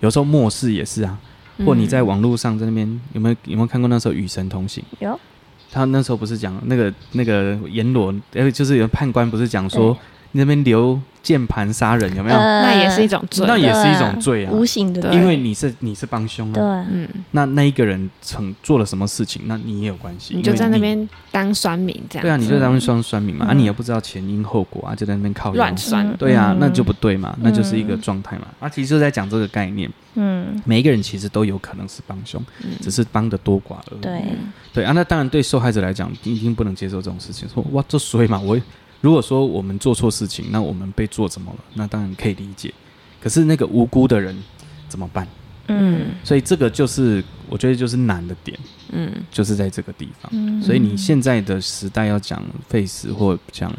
A: 有时候漠视也是啊，
C: 嗯，
A: 或你在网络上在那边有没有有没有看过那时候《与神同行》？
B: 有
A: 他那时候不是讲那个那个阎罗，呃，就是有判官不是讲说你那边留键盘杀人
B: 呃
A: 有没有？
C: 那也是一种罪，
A: 那也是一种罪啊，
B: 无形的，
C: 对
A: 因为你是你是帮凶
B: 对
A: 啊。
B: 啊
C: 嗯，
A: 那那一个人曾做了什么事情，那你也有关系。
C: 你就
A: 因为
C: 在那边当酸民这样，
A: 对啊，你就在那边酸酸民嘛，
B: 嗯
A: 啊，你也不知道前因后果啊，就在那边靠腰
C: 乱。酸，
A: 对啊
B: 嗯，
A: 那就不对嘛，那就是一个状态嘛。啊，其实就在讲这个概念，
B: 嗯
A: 每一个人其实都有可能是帮凶，
C: 嗯
A: 只是帮的多寡而已。
B: 对
C: 嗯
A: 对啊，那当然对受害者来讲，一定不能接受这种事情，说哇这衰嘛，我如果说我们做错事情，那我们被做怎么了？那当然可以理解。可是那个无辜的人怎么办？
C: 嗯
A: 所以这个就是我觉得就是难的点，
C: 嗯
A: 就是在这个地方。
B: 嗯
A: 所以你现在的时代要讲 face 或讲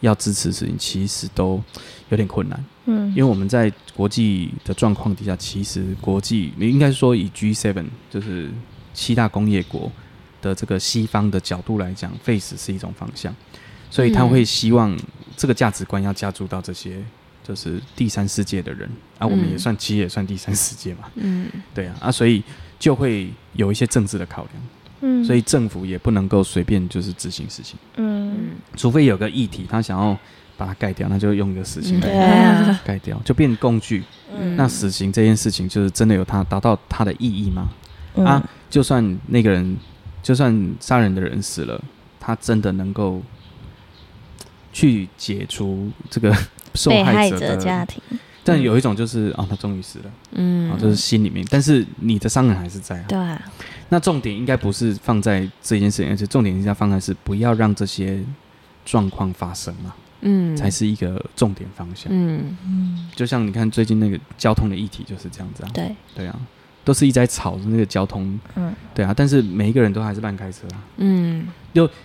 A: 要支持事情，其实都有点困难，
B: 嗯
A: 因为我们在国际的状况底下，其实国际应该说以 G7 就是七大工业国的这个西方的角度来讲，face 是一种方向，所以他会希望这个价值观要加注到这些。就是第三世界的人啊，我们也
C: 嗯
A: 算，其实也算第三世界嘛，
C: 嗯
A: 对啊，啊，所以就会有一些政治的考量。
B: 嗯
A: 所以政府也不能够随便就是执行事情，
B: 嗯
C: 嗯，
A: 除非有个议题他想要把它盖掉，那就用一个死刑
C: 嗯
B: 对
A: 来
B: 啊
C: 啊，
A: 盖掉，就变工具。
C: 嗯
A: 那死刑这件事情，就是真的有它达到它的意义吗？
B: 嗯
A: 啊，就算那个人，就算杀人的人死了，他真的能够去解除这个受
B: 被害
A: 害
B: 者
A: 的？
B: 家庭，
A: 但有一种就是啊、他终于死了，啊、
C: 嗯，
A: 就是心里面，但是你的伤痕还是在啊。
B: 对啊，
A: 那重点应该不是放在这件事情，而且重点应该放在是不要让这些状况发生嘛，
C: 嗯
A: 才是一个重点方向。
C: 嗯
B: 嗯，
A: 就像你看最近那个交通的议题就是这样子啊，
B: 对，
A: 对啊，都是一直在吵那个交通，
B: 嗯
A: 对啊，但是每一个人都还是乱开车啊。
C: 嗯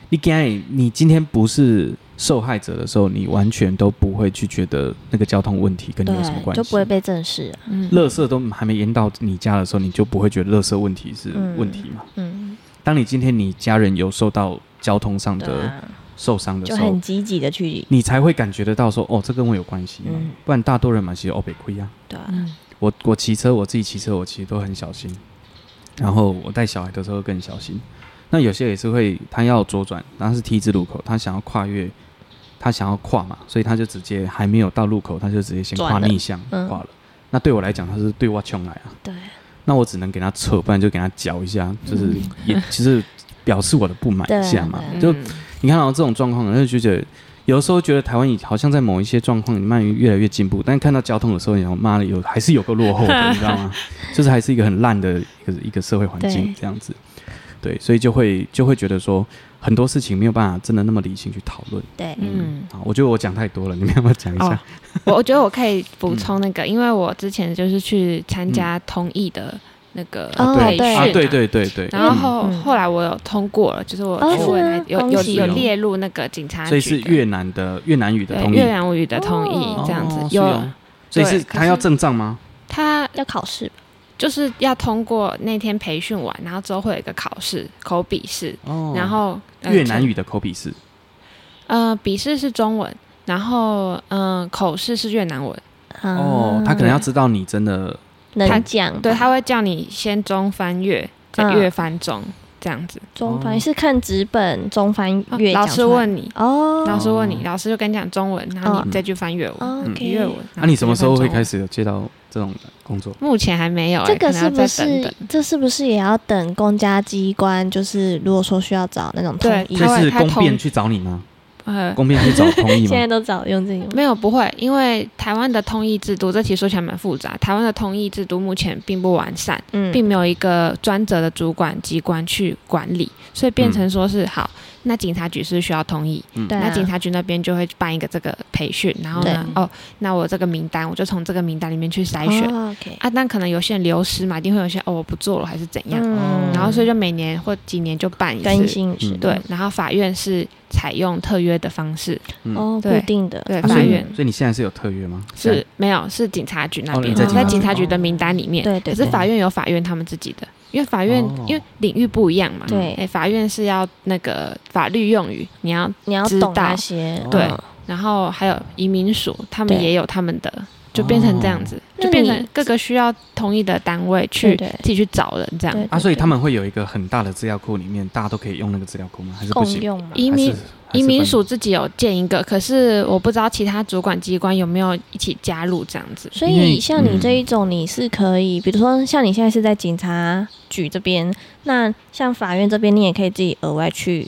A: 你刚你今天不是受害者的时候，你完全都不会去觉得那个交通问题跟你有什么
B: 对，
A: 关
B: 就不会
A: 系。
B: 被正视啊，
C: 嗯，
A: 垃圾都还没淹到你家的时候，你就不会觉得垃圾问题是
B: 嗯
A: 问题嘛？
B: 嗯，
A: 当你今天你家人有受到交通上
B: 对
A: 的
B: 啊，
A: 受伤的嗯
B: 就
A: 时候
B: 很，积极的去，
A: 你才会感觉得到说，哦，这跟我有关系嘛。
B: 嗯
A: 不然大多人嘛，其实欧北亏啊。
B: 对啊，
C: 嗯
A: 我我骑车，我自己骑车，我其实都很小心。然后我带小孩的时候更小心。那有些也是会，他要左转，然后是 T 字路口，他想要跨越，他想要跨嘛，所以他就直接还没有到路口，他就直接先跨
B: 转了
A: 逆向
B: 嗯
A: 跨了。那对我来讲，他是对我冲来啊，
B: 对，
A: 那我只能给他扯，不然就给他搅一
C: 嗯
A: 下，就是也其实表示我的不满一下嘛
B: 对啊，
C: 嗯
A: 就哦你看到、这种状况，然后就觉得有的时候觉得台湾好像在某一些状况里慢于越来越进步，但看到交通的时候，然后妈的有还是有个落后 的，你知道吗？就是还是一个很烂的一个一个社会环境
B: 对
A: 这样子。对，所以就会就会觉得说很多事情没有办法真的那么理性去讨论。
B: 对，
C: 嗯，
A: 好，我觉得我讲太多了，你们要不要讲一下？
C: 哦我我觉得我可以补充那个，因为我之前就是去参加通译的那个
B: 哦
C: 培
B: 对
C: 训
A: 嗯啊
C: 啊，，
A: 对对对对。
C: 然后后
B: 嗯
C: 后来我有通过了，就是我
B: 哦
C: 去问
B: 是吗
C: 他有
B: 恭
C: 有
B: 喜哦
C: 有列入那个警
A: 嗯
C: 察局，
A: 所以是越南的越南语的
C: 对
A: 同意
C: 越南语的通译
B: 哦
C: 这样子
A: 哦，是
C: 有
A: 哦所以是
C: 对可
A: 他要
C: 是
A: 阵仗吗？
C: 他
B: 要考试吧，
C: 就是要通过那天培训完，然后之后会有一个考试口笔试，
A: 哦
C: 然后呃
A: 越南语的口笔试，
C: 呃笔试是中文，然后嗯、呃口试是越南文，嗯
A: 哦，他可能要知道你真的
B: 嗯能讲，
C: 对，他会叫你先中翻越，再
B: 嗯
C: 越翻中、这样子。
B: 中
A: 哦
B: 翻是看纸本中翻
C: 啊
B: 越
C: 老
B: 讲出
C: 师
B: 来
C: 问你，
B: 嗯哦
C: 老师问你，老师就跟你讲中文，然后
B: 嗯
C: 你再去翻越文，
B: 哦
A: 嗯
B: ，OK，
C: 越文。
A: 那、你什么时候会开
C: 始？
A: 始有接到这种工作？
C: 目前还没有欸，
B: 这个
C: 可能
B: 是
C: 要
B: 不
C: 再等
B: 是
C: 等
B: 这是不是也要等公家机关？就是如果说需要找那种统
C: 对
B: 一
C: 他
A: 所
C: 会
A: 以是
C: 他
A: 公
C: 同
A: 辩去找你吗？
C: 呃，
A: 公辩去找同 意
B: 现
A: 吗？
B: 在都找用这个，
C: 没有不会，因为台湾的通译制度，这其实说起来蛮复杂。台湾的通译制度目前并不完善，
B: 嗯，
C: 并没有一个专责的主管机关去管理，所以变成说是好，那警察局是需要同意，
A: 嗯
B: 对啊
C: 那警察局那边就会办一个这个培训，然后呢，
B: 对
C: 哦，那我这个名单，我就从这个名单里面去筛选。
B: 哦，OK，
C: 啊，但可能有些人流失嘛，一定会有些哦，我不做了还是怎样，
A: 哦
C: 然后所以就每年或几年就办
B: 嗯
C: 一
B: 更
C: 次，
B: 新一次
A: 嗯
C: 对，，然后法院是采用特约的方式，
A: 嗯
B: 哦，固
C: 对
B: 定的，
C: 对，
A: 啊
C: 法
A: 所以
C: 院
A: 你所以你现在是有特约吗？现
C: 是没有是警察局那
A: 哦
C: 边，
A: 你
B: 在
C: 我
B: 警察
C: 在
B: 局
C: 警察局
A: 哦
C: 的名单里面，
B: 对对
C: 可是
B: 对，
C: 法院有法院他们自己的，因为法院、
A: 哦
C: 因为领域不一样嘛。
B: 对
C: 哎，法院是要那个法律用语，你要，
B: 你要
C: 知
B: 懂那
C: 道
B: 些，
A: 对
B: 嗯
C: 然后还有移民署，他们
B: 对哦
C: 也有他们的，就变成这样子，
B: 那
C: 就变
B: 你
C: 成各个需要同意的单位去
B: 对对
C: 自己去找人这
B: 对
C: 样。
A: 在啊，所以他们会有一个很大的资料库，里面大家都可以用那个资料库吗？还是不
B: 共
A: 行？
B: 用嘛，
C: 移
A: 还是
C: 民
A: 还是
C: 移民
A: 分
C: 署自己有建一个，可是我不知道其他主管机关有没有一起加入这样子。
B: 所
A: 因为
B: 以像你
A: 嗯
B: 这一种，你是可以，比如说像你现在是在警察局这边，那像法院这边，你也可以自己额外去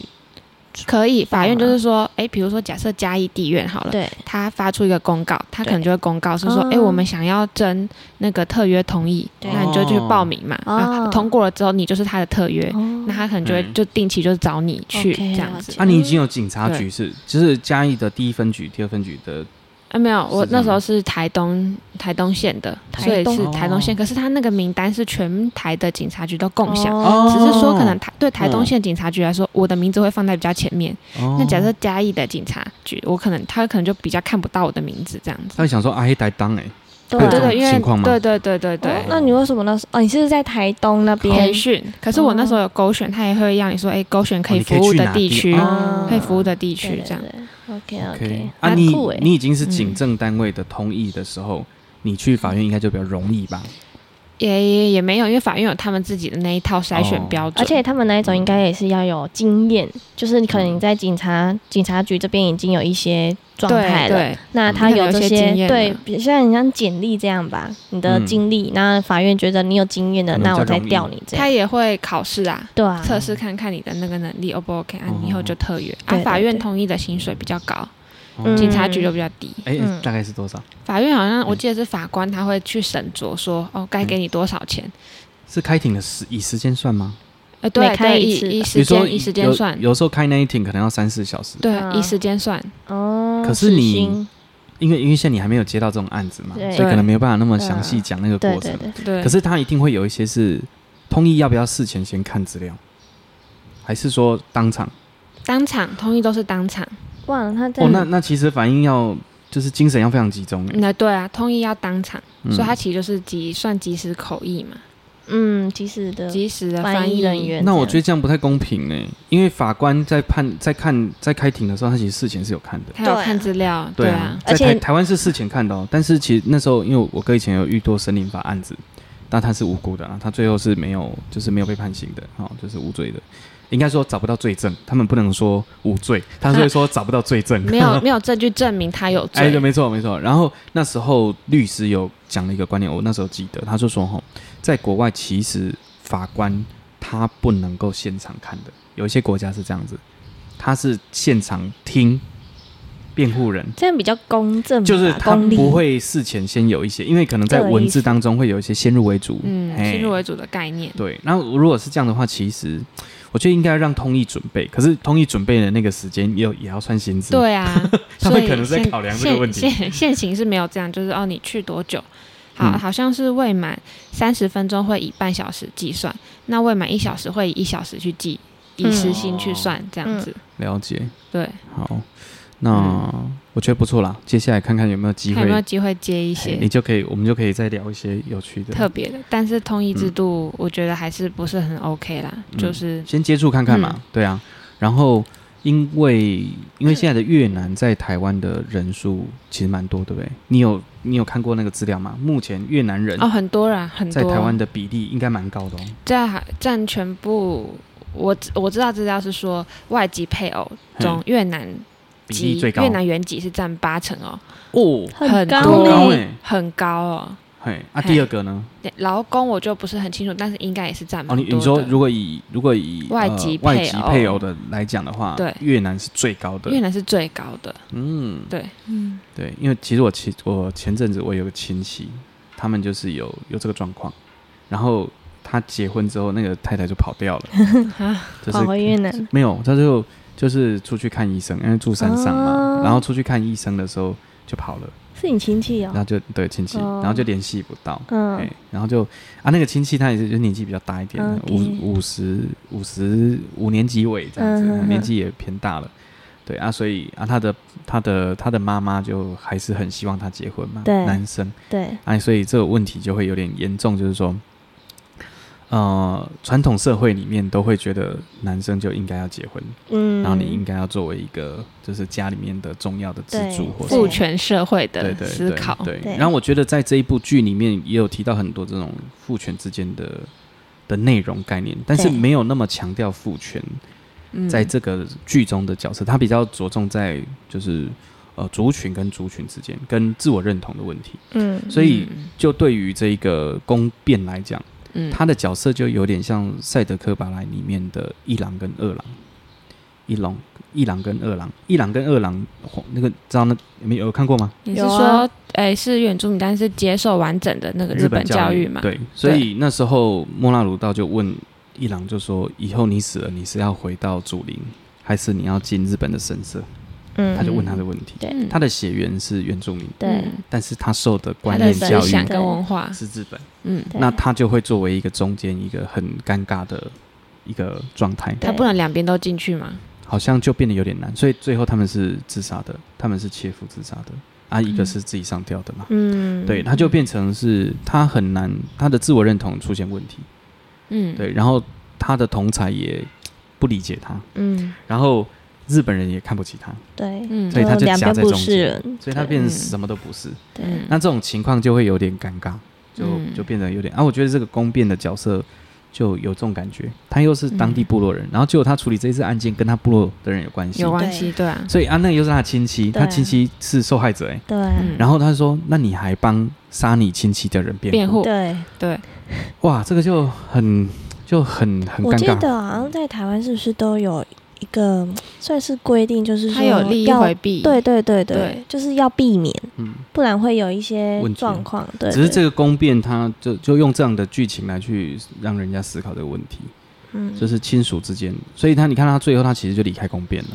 C: 可以，法院
B: 吗
C: 就是说，哎，比如说假设嘉义地院好了，
B: 对，
C: 他发出一个公告，他可能就会公告是说，
B: 哦
C: 哎，我们想要征那个特约同意，
B: 对
C: 那你就去报名嘛，
B: 哦
C: 啊，通过了之后你就是他的特约，那
B: 那
C: 他可能就会
A: 嗯
C: 就定期就是找你去
B: OK，
C: 这样
B: 了
C: 子
B: 解。
A: 啊，你已经有警察局是，就是嘉义的第一分局、第二分局的
C: 啊，没有，我
A: 是这样
C: 那时候是台东台东县的，
B: 台
C: 所以
B: 东
C: 是台东县。
A: 哦
C: 可是他那个名单是全台的警察局都共享，
A: 哦
C: 只是说可能台对台东
A: 嗯
C: 县警察局来说，我的名字会放在比较前面。
A: 哦
C: 那假设嘉义的警察局，我可能他可能就比较看不到我的名字这样子。
A: 他会想说啊，黑台当哎，
B: 对
A: 会有
C: 对
A: 这种
C: 对，因为
A: 情况吗
C: 对对对对
B: 哦
C: 对。
B: 那你为什么那时候？哦，你是在台东那边
C: 培训，可是我那时候有勾选，他也会让你说，哎，勾选可
A: 哦
C: 以
A: 你可以
C: 服务
A: 去
C: 的
A: 哪
C: 地
A: 边
C: 区，
B: 哦
C: 可以服务的
B: 对
C: 地区这样。。
B: OK OK，
A: OK 啊，你
B: 酷
C: 欸
B: 哎，
A: 你已经是警政单位的同意的时
C: 嗯
A: 候，你去法院应该就比较容易吧？
C: 也也没有，因为法院有他们自己的那一套筛选
A: 哦
C: 标准，
B: 而且他们那一种应该也是要有经验，就是你
A: 嗯
B: 可能你在警察警察局这边已经有一些状态了，
C: 对对
B: 那
A: 嗯
B: 他有
C: 有一
B: 这
C: 些
B: 些
C: 经验
B: 对
C: 了，
B: 比像你像简历这样吧，你的
A: 嗯
B: 经历，那法院觉得你有经验的，
A: 可能
B: 那我
A: 比较
B: 再
A: 容易
B: 调你这
C: 他
B: 样。
C: 也会考试啊，
B: 对啊，嗯
C: 测试看看你的那个能力 O 不 OK 啊
A: 哦，
C: 你以后就特约啊
B: 对对。
C: 法院
B: 对
C: 同意的薪水比较高，
A: 哦
C: 嗯警察局就比较低。
A: 哎，
B: 嗯
A: 大概是多少？
C: 法院好像
A: 嗯
C: 我记得是法官他会去审酌说，
B: 嗯
C: 哦，该给你多少钱？
A: 是开庭的时以时间算吗？
C: 呃，对
B: 嗯每开
C: 对，
B: 一
C: 以
B: 次吧
C: 以
A: 比
C: 时
A: 如说
C: 间以时间算，
A: 有有时候开那一庭可能要三四小时，
C: 对
B: 啊，
C: 以时间算。
B: 哦，
A: 可是你
B: 死刑
A: 因为因为现在你还没有接到这种案子嘛，
B: 对
A: 所以可能没有办法那么
B: 对
A: 详细讲那个
B: 对
A: 过
B: 对
A: 程。
B: 对，
C: 嗯对，
A: 可是他一定会有一些是通意要不要事前先看资料，还是说当场？
C: 当场同意都是当场。
B: 忘了他在
A: 哦，那那其实反应要就是精神要非常集中、欸，
C: 那对啊，同意要当场，
A: 嗯
C: 所以他其实就是即算即时口译嘛，
B: 嗯，及时的
C: 即时的
B: 翻
C: 译
B: 译人。员这样。
A: 那我觉得这样不太公平哎、因为法官在判在看在开庭的时候，他其实事前是有看的。
C: 他有
B: 对啊
C: 看资料，对啊，
A: 在
B: 而且
A: 台台湾是事前看的、哦，但是其实那时候因为我哥以前有遇多森林法案子，但他是无辜的啊，他最后是没有就是没有被判刑的，哦，就是无罪的。应该说找不到罪证，他们不能说无罪，他是会说找不到罪证，
C: 啊没有没有证据证明他有
A: 哎，
C: 罪
B: 嗯
A: 对，。没错没错。然后那时候律师有讲了一个观点，我那时候记得，他就说吼，在国外其实法官他不能够现场看的，有一些国家是这样子，他是现场
C: 嗯
A: 听辩护人。
B: 这样比较公正吧，
A: 就是他不
B: 公理
A: 会事前先有一些，因为可能在
B: 这个意
A: 文字
B: 思
A: 当中会有一些先入为主，
C: 嗯，
A: 嘿
C: 先入为主的概念。
A: 对，那如果是这样的话，其实我觉得应该让通译准备，可是通译准备的那个时间也有也要算薪资，
C: 对啊，
A: 他
C: 所
A: 们
C: 以
A: 可能在
C: 现
A: 考量这个问题
C: 现现现行是没有这样，就是哦，你去多久？好，
A: 嗯
C: 好像是未满三十分钟会以半小时计算，那未满一小时会以一小时去计，以
B: 嗯
C: 时薪去算，这样子。
A: 了解。
C: 对，
A: 好，那、我觉得不错啦。接下来看看有没有机
C: 嗯
A: 会
C: 看
A: 哎
C: 有没，有机会接一些
A: 你就可以，我们就可以再聊一些有趣的。
C: 特别的，但是通译制度我觉得还是不是很 OK 啦，
A: 嗯
C: 就是
A: 先接触看看嘛，
C: 嗯
A: 对啊。然后因为因为现在的越南在台湾的人数其实蛮多，对不对？你有你有看过那个资料吗？目前越南人
C: 哦很多啦，很
A: 在
C: 多。
A: 台湾的比例应该蛮高的哦。
C: 在海占全部，我知我知道资料是说外籍配偶中越南
A: 比
C: 籍
A: 例最高
C: 越南原籍是占八成哦，
A: 哦，
C: 很
B: 高
A: 很高
B: 嘞
A: 哎、
C: 很高哦。
A: 嘿，啊，
C: 嘿
A: 第二个呢？
C: 劳工我就不是很清楚，但是应该也是占蛮
A: 哦，
C: 多
A: 你
C: 的。
A: 你说如果以如果以
C: 外
A: 呃
C: 籍
A: 外
C: 配
A: 籍
C: 偶
A: 配偶的来讲的话，
C: 对
A: 越南是最高的
C: 越。南是最高的，
A: 嗯，
B: 嗯
A: 对，因为其实我其我前阵子我有个亲戚，他们就是有有这个状况，然后他结婚之后，那个太太就跑 掉了，
B: 嗯
C: 啊
A: 就
B: 跑回
A: 是
B: 越南，
A: 没有，他就就是出去看医生，因为住山上嘛，
B: 哦
A: 然后出去看医生的时候就跑了，
B: 是你亲戚
A: 然
B: 哦，
A: 后就对亲戚，
B: 哦
A: 然后就联系不到。哎
B: 嗯，，
A: 然后就啊，那个亲戚他也是，就年纪比较大一点的，
B: OK
A: 五五十五十五年级尾这样子，
B: 嗯嗯嗯
A: 年纪也偏大了。对啊，所以啊，他的他的他的妈妈就还是很希望他结婚嘛，
B: 对
A: 男生
B: 对，
A: 哎，所以这个问题就会有点严重，就是说，呃，传统社会里面都会觉得男生就应该要结婚，
B: 嗯，
A: 然后你应该要作为一个就是家里面的重要的支柱
B: 对
A: 或
C: 父
A: 者
C: 权社会
A: 哦对
C: 的
A: 对
C: 思考，
A: 对对
B: 对
A: 然后我觉得在这一部剧里面也有提到很多这种父权之间的的内容概念，但是
B: 对
A: 没有那么强调父权
C: 嗯
A: 在这个剧中的角色，它比较着重在就是呃族群跟族群之间跟自我认同的问题。
B: 嗯，
A: 所以就对于这一个宫变来讲，
C: 嗯，
A: 他的角色就有点像《赛德克巴莱》里面的一郎跟二郎，一龙一郎跟二郎，一郎跟二郎哦那个知道那你们有看过吗？
C: 你是
B: 有啊
C: 说，哎、是原住民，但是接受完整的那个日
A: 本
C: 教
A: 育
C: 嘛？，
A: 对，所以那时候莫那鲁道就问一郎，就说以后你死了，你是要回到祖灵，还是你要进日本的神社？
B: 嗯
A: 他就问他的问题。
B: 对
C: 嗯
A: 他的血缘是原住民，
B: 对
C: 嗯
A: 但是他受的
C: 他
A: 观
C: 的
A: 念
C: 思
A: 教
C: 想
A: 育
C: 跟文化，
A: 是日本，
C: 嗯，
B: 对
A: 那他就会作为一个中间一个很尴尬的一个状态，
C: 他不能两边都进去嘛？
A: 好像就变得有点难。所以最后他们是自杀的，他们是切腹自杀的，啊，一个是自己上吊的嘛。
B: 嗯
A: 对，他就变成是他很难，他的自我认同出现问题，
C: 嗯，
A: 对，然后他的同才也不理解他，
C: 嗯，
A: 然后日本人也看不起他，
B: 对，
C: 嗯
A: 所以他就
B: 两
A: 夹
B: 边
A: 在
B: 不
A: 中
B: 是
A: 间嗯
B: 人，
A: 所以他
B: 对
A: 变成
C: 嗯
A: 什么都不是。
B: 对
A: 那这种情况就会有点尴尬，就、
C: 嗯
A: 就变得有点啊，我觉得这个公辩的角色就有这种感觉，他又是
C: 嗯
A: 当地部落人，然后结果他处理这次案件跟他部落的人有关系，
C: 有关系，对啊，
A: 所以啊，那又是他亲戚，
B: 对
A: 他亲戚是受害者哎、
B: 对啊
C: 嗯
A: 然后他说：“那你还帮杀你亲戚的人辩
C: 辩护，
B: 对，
C: 对，
A: 哇，这个就很就很很
B: 我
A: 尴
B: 记
A: 尬。
B: 得好像在台湾是不是都有一个算是规定，就是
C: 他
B: 说
C: 有利益
B: 要
C: 回避，
B: 对对对对
C: 对，
B: 就是要避免，
A: 嗯，
B: 不然会有一些
A: 问题啊
B: 状况。对，
A: 只是这
B: 个
A: 个公辩，他就就用这样的剧情来去让人家思考这个问题，
B: 嗯
A: 就是亲属之间。所以他你看他最后他其实就离开公辩了，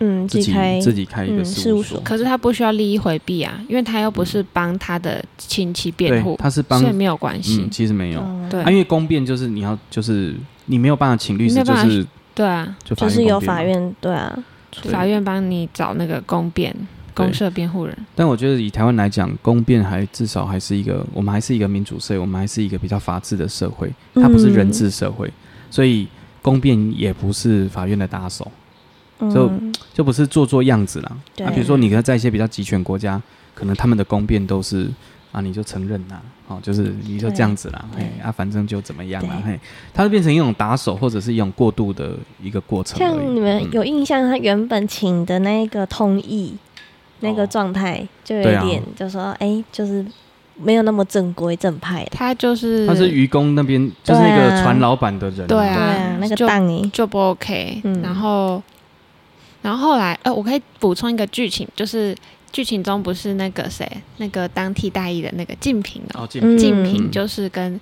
B: 嗯
A: 自己
B: 开
A: 自己开一个
B: 嗯
A: 事
B: 事
A: 务
B: 务
A: 所
B: 所，
C: 可是他不需要利益回避啊，因为他又不是帮他的亲戚辩
A: 对，
C: 护，
A: 他是帮
C: 所以没有关系
A: 嗯，，其实没有，
B: 嗯
C: 对
A: 啊，因为公辩就是你要就是你没有办法请律
C: 没
A: 师，
C: 有
A: 就
C: 办法
A: 是
C: 对啊，
A: 就法
B: 就
A: 院
B: 是
A: 公
B: 有
A: 辩嘛
B: 法。院对啊，
A: 对
C: 法院帮你找那个公辩、
A: 对
C: 公社辩护人，
A: 但我觉得以台湾来讲，公辩还至少还是一个，我们还是一个民主社会，我们还是一个比较法治的社会，它不是人治社会，所以公辩也不是法院的打手，
B: 嗯，
A: 就
B: 嗯
A: 就不是做做样子啦。
B: 对
A: 啊，比如说你看在一些比较集权国家，可能他们的公辩都是啊，你就承认啦，哦，就是你就这样子啦，
B: 对
A: 嘿，啊，反正就怎么样啦，
B: 对
A: 嘿，它就变成一种打手或者是一种过渡的一个过程而已。嗯
B: 像你们有印象，他原本请的那个通译那
A: 哦
B: 个状态，就有
A: 对啊
B: 点就说哎，就是没有那么正规正派了，
C: 他就是
A: 他是愚公那边，就是那
B: 对
A: 个
B: 啊
A: 船老板的人、哦
C: 对
B: 对
C: 啊
B: 啊，那个
C: 就
B: 档哎，
C: 就不 OK，、
B: 嗯
C: 然后然后后来，呃，我可以补充一个剧情，就是剧情中不是那个谁，那个当替代役的那个静平哦，
A: 哦，进
B: 嗯
C: 静平
A: 嗯
C: 就是跟，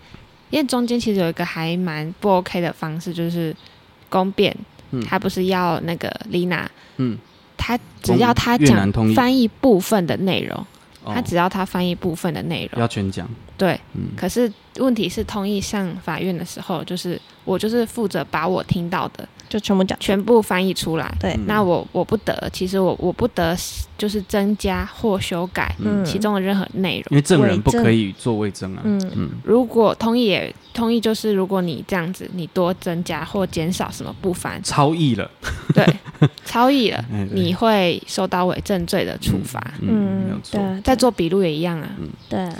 C: 因为中间其实有一个还蛮不 OK 的方式，就是公辩，
A: 嗯
C: 他不是要那个丽娜，
A: 嗯，
C: 他只要他
A: 越
C: 讲
A: 南通译
C: 翻译部分的内容，
A: 哦
C: 他只要他翻译部分的内容，
A: 要全讲，
C: 对，
A: 嗯，
C: 可是问题是通译上法院的时候，就是我就是负责把我听到的。
B: 就全部讲
C: 全部翻译出来。
B: 对，
A: 嗯
C: 那我我不得，其实我我不得就是增加或修改
A: 嗯
B: 嗯，
C: 其中的任何内容。
A: 因为证人不
B: 伪证
A: 可以做伪证啊，嗯，
B: 嗯
C: 如果同意也同意，就是如果你这样子，你多增加或减少什么不 凡
A: 超译了，
C: 对，超译了，
A: 哎对
C: 你会受到伪证罪的处罚。
A: 嗯，没有错
B: 对，啊，
C: 在做笔录也一样啊，
B: 对啊，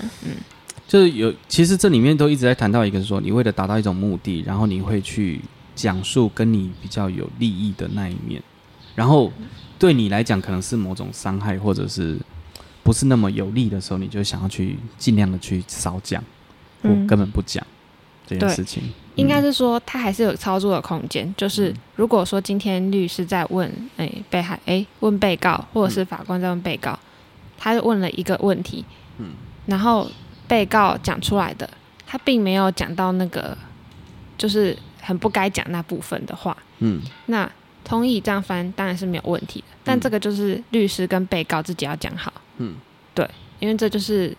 A: 就是有，其实这里面都一直在谈到一个说，你为了达到一种目的，然后你会去讲述跟你比较有利益的那一面，然后对你来讲可能是某种伤害，或者是不是那么有利的时候，你就想要去尽量的去少讲，或
B: 嗯
A: 根本不讲这件
C: 对
A: 事情，嗯
C: 应该是说他还是有操作的空间。就是
A: 嗯
C: 如果说今天律师在问，哎、被害，哎、问被告，或者是法官在问被告，他问了一个问题，
A: 嗯
C: 然后被告讲出来的，他并没有讲到那个就是很不该讲那部分的话，
A: 嗯，
C: 那通译这样翻当然是没有问题的，但
A: 嗯
C: 这个就是律师跟被告自己要讲好，
A: 嗯，
C: 对，因为这就是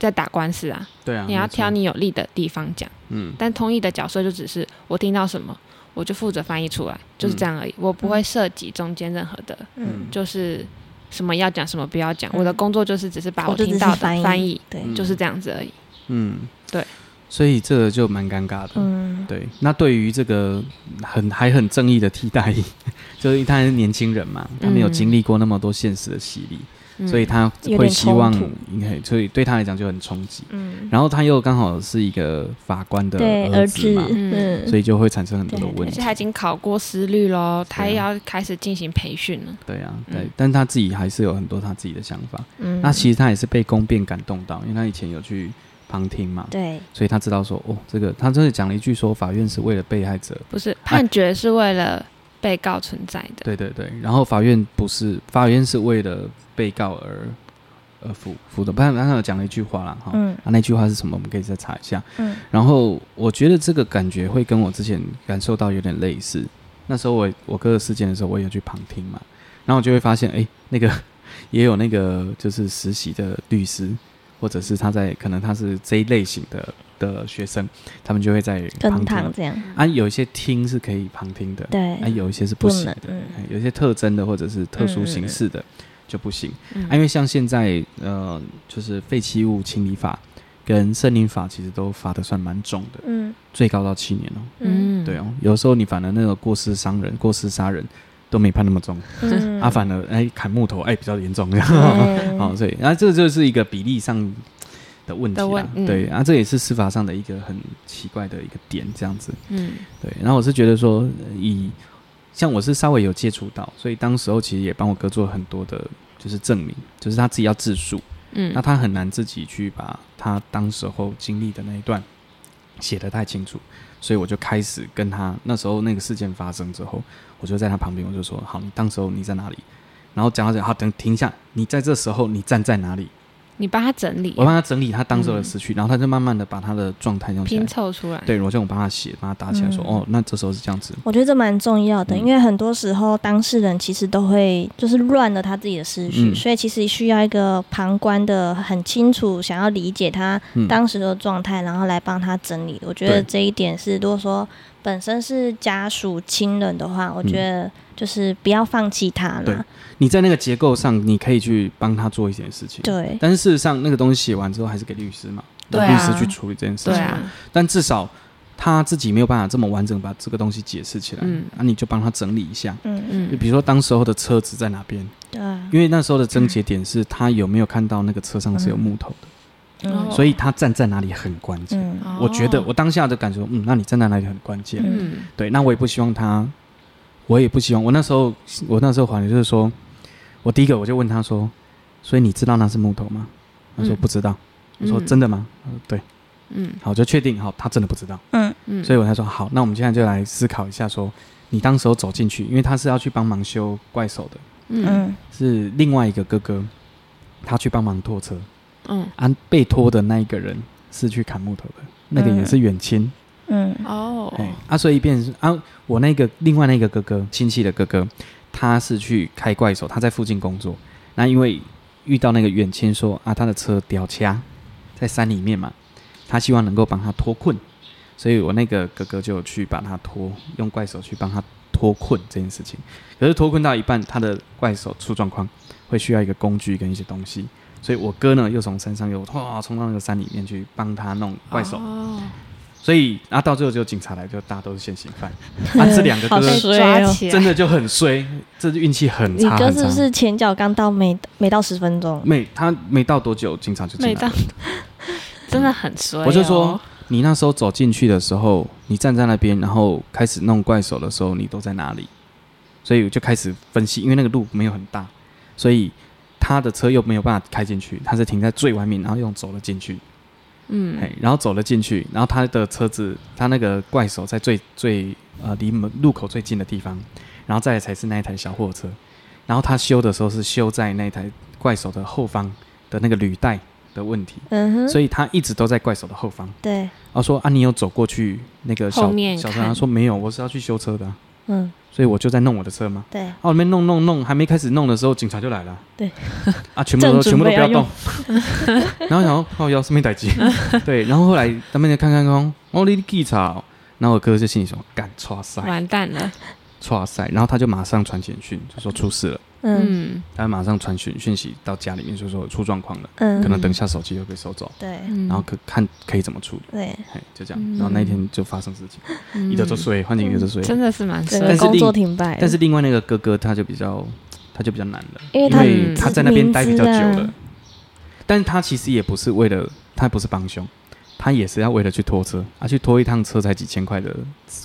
C: 在打官司啊，
A: 对啊，
C: 你要
A: 没错
C: 挑，你有利的地方讲。
A: 嗯
C: 但通译的角色就只是我听到什么，我就负责翻译出来，就是
A: 嗯
C: 这样而已。我不会涉及中间任何的，
B: 嗯，
C: 就是什么要讲，什么不要讲。
B: 嗯
C: 我的工作就是只是把
B: 我就
C: 听
B: 只
C: 到
B: 是
C: 的
B: 翻译
C: 翻译，
B: 对，
A: 嗯
C: 就是这样子而已。
A: 嗯，
C: 对，
A: 所以这个就蛮尴尬的，
B: 嗯，
A: 对，那对于这个很还很正义的替代役， 就是他是年轻人嘛，他没有经历过那么多现实的洗礼，
C: 嗯
A: 所以他
B: 有
A: 会
B: 点
A: 希望
B: 冲突，
A: 应该，所以对他来讲就很冲击。
B: 嗯，
A: 然后他又刚好是一个法官的
B: 对，儿
A: 子嘛，
C: 嗯
B: 嗯，
A: 所以就会产生很多的问
C: 而且
A: 题。
C: 他已经考过思律喽，他
A: 对啊
C: 要开始进行培训了。
A: 对啊，
C: 嗯
A: 对，但他自己还是有很多他自己的想法。
B: 嗯
A: 那其实他也是被公辩感动到，因为他以前有去旁听嘛，
B: 对，
A: 所以他知道说，哦，这个他真的讲了一句说，法院是为了被害者
C: 不是判决是为了被告存在的。
A: 对对对，然后法院不是法院是为了被告而而服服的，不然他有讲了一句话啦，哈、
B: 嗯
A: 啊，那句话是什么？我们可以再查一下。
B: 嗯
A: 然后我觉得这个感觉会跟我之前感受到有点类似。那时候我我哥的事件的时候，我也有去旁听嘛，然后我就会发现，哎，那个也有那个就是实习的律师，或者是他在可能他是这一类型的的学生，他们就会在旁
B: 跟
A: 听
B: 堂这样，
A: 啊，有一些听是可以旁听的，
B: 对
A: 啊，，有一些是不
B: 不
A: 行
B: 能
A: 的，，
B: 嗯
A: 哎有一些特征的或者是特殊形式的就不行。
C: 嗯
A: 啊因为像现在呃，就是废弃物清理法跟森林法其实都罚的算蛮重的，
B: 嗯
A: 最高到七年哦。
B: 嗯
A: 对哦，有时候你反而那个过失伤人、过失杀人都没判那么重，
B: 嗯，
A: 啊，反而哎砍木头哎比较严重 这样。
B: 嗯
A: 好，所以啊，这就是一个比例上的问题
C: 的问
A: 啦。
C: 嗯
A: 对啊，这也是司法上的一个很奇怪的一个点，这样子。
C: 嗯
A: 对，然后我是觉得说，呃以像我是稍微有接触到，所以当时候其实也帮我哥做了很多的，就是证明，就是他自己要自述，
C: 嗯，
A: 那他很难自己去把他当时候经历的那一段写得太清楚，所以我就开始跟他那时候那个事件发生之后，我就在他旁边，我就说：好，你当时候你在哪里？然后讲到这，好，等停下，你在这时候你站在哪里？
C: 你帮他整理
A: 我帮他整理他当时候的思绪，然后他就慢慢的把他的状态用起来
C: 拼。凑出来，
A: 对，我就我帮他写，帮他打起来说，
B: 嗯
A: 哦，那这时候是这样子，
B: 我觉得这蛮重要的，
A: 嗯
B: 因为很多时候当事人其实都会就是乱了他自己的思绪，
A: 嗯
B: 所以其实需要一个旁观的很清楚，想要理解他
A: 嗯
B: 当时的状态，然后来帮他整理。我觉
A: 对
B: 得这一点是，如果说本身是家属亲人的话，我觉得就是不要放弃他
A: 嗯对
B: 啦。
A: 你在那个结构上，你可以去帮他做一点事情。
B: 对，
A: 但是事实上，那个东西写完之后还是给律师嘛，
C: 对
A: 让律
C: 啊
A: 师去处理这件事情
C: 对
A: 嘛。
C: 啊，
A: 但至少他自己没有办法这么完整把这个东西解释起来，
C: 嗯
A: 啊，你就帮他整理一下。
B: 嗯，
A: 就
C: 嗯
A: 比如说当时候的车子在哪边，
B: 对啊，
A: 因为那时候的症结点是他有没有看到那个车上是有木头的，
C: 嗯
A: 所以他站在哪里很关键。
B: 嗯
C: 哦
A: 我觉得我当下的感觉，嗯，那你站在哪里很关键。
C: 嗯
A: 对，那我也不希望他，我也不希望。我那时候，我那时候怀疑就是说，我第一个我就问他说，所以你知道那是木头吗？他说
C: 嗯
A: 不知道。我说
C: 嗯
A: 真的吗？他说对，
C: 嗯
A: 好，就确定好，他真的不知道。
B: 嗯
C: 嗯，
A: 所以
C: 以
A: 我才说好，那我们现在就来思考一下说，你当时候走进去，因为他是要去帮忙修怪手的，
C: 嗯
B: 嗯
A: 是另外一个哥哥，他去帮忙拖车，
C: 嗯
A: 啊，被拖的那一个人是去砍木头的，那个也是远亲，
B: 嗯
C: 哦
A: 哎、啊，所以变成是啊，我那个另外那个哥哥亲戚的哥哥，他是去开怪手，他在附近工作，那因为遇到那个远亲说啊，他的车掉掐在山里面嘛，他希望能够帮他脱困，所以我那个哥哥就去把他脱，用怪手去帮他脱困这件事情。可是脱困到一半，他的怪手出状况，会需要一个工具跟一些东西，所以我哥呢又从山上又哇冲到那个山里面去帮他弄怪手。
C: 哦
A: 所以啊，到最后就警察来，就大家都是现行 犯。啊，这两个
B: 好
A: 哥
B: 衰
A: 哥
B: 对
C: 抓起来
A: 真，的就很衰，这运气很
B: 你
A: 差。
B: 哥
A: 很
B: 是
A: 差
B: 不是前脚刚到没没到十分钟？
A: 没他没到多久，警察就进
C: 每
A: 来
C: 张
A: 了？
C: 真的很衰哦。
A: 我就说你那时候走进去的时候，你站在那边，然后开始弄怪手的时候，你都在哪里？所以我就开始分析，因为那个路没有很大，所以他的车又没有办法开进去，他是停在最外面，然后用走了进去。
C: 嗯，
A: 嘿，然后走了进去，然后他的车子，他那个怪手在最最呃离门路口最近的地方，然后再来才是那一台小货车，然后他修的时候是修在那台怪手的后方的那个履带的问题，
B: 嗯哼，
A: 所以他一直都在怪手的后方。
B: 对，
A: 然后说啊，你有走过去那个小
C: 后面
A: 小车？
C: 看
A: 他说没有，我是要去修车的啊、
B: 嗯
A: 所以我就在弄我的车嘛。
B: 对，
A: 啊，我那边弄弄弄，还没开始弄的时候，警察就来了。
B: 对，
A: 啊，全部都
B: 正
A: 全
B: 准
A: 部都
B: 备
A: 不
B: 要
A: 要动。 然后想哦说，靠腰是没逮 机。对，然后后来他们就看看看，哦，你警察哦。然后我哥就心里想，干，抓塞，
C: 完蛋了，
A: 抓塞。然后他就马上传简讯，就说出事了。
B: 嗯
C: 嗯
A: 他马上传讯讯息到家里面，就说出状况了，
B: 嗯，
A: 可能等一下手机又被收走，
B: 对
C: 嗯，
A: 然后可看可以怎么处理。
B: 对，
A: 嘿，就这样。
C: 嗯
A: 然后那一天就发生事情，
C: 嗯
A: 一头就睡，换警一头就睡。
C: 真的是蛮
B: 整
C: 衰的，
B: 个
A: 但是
B: 工作
A: 另
B: 停摆了，
A: 但是另外那个哥哥他就比较，他就比较难了。
B: 因为
A: 因
B: 他
A: 为
C: 嗯
A: 他在那边待比较久
B: 明知
A: 了
B: 啊，
A: 但他其实也不是为了，他不是帮凶，他也是要为了去拖车，啊，去拖一趟车才几千块的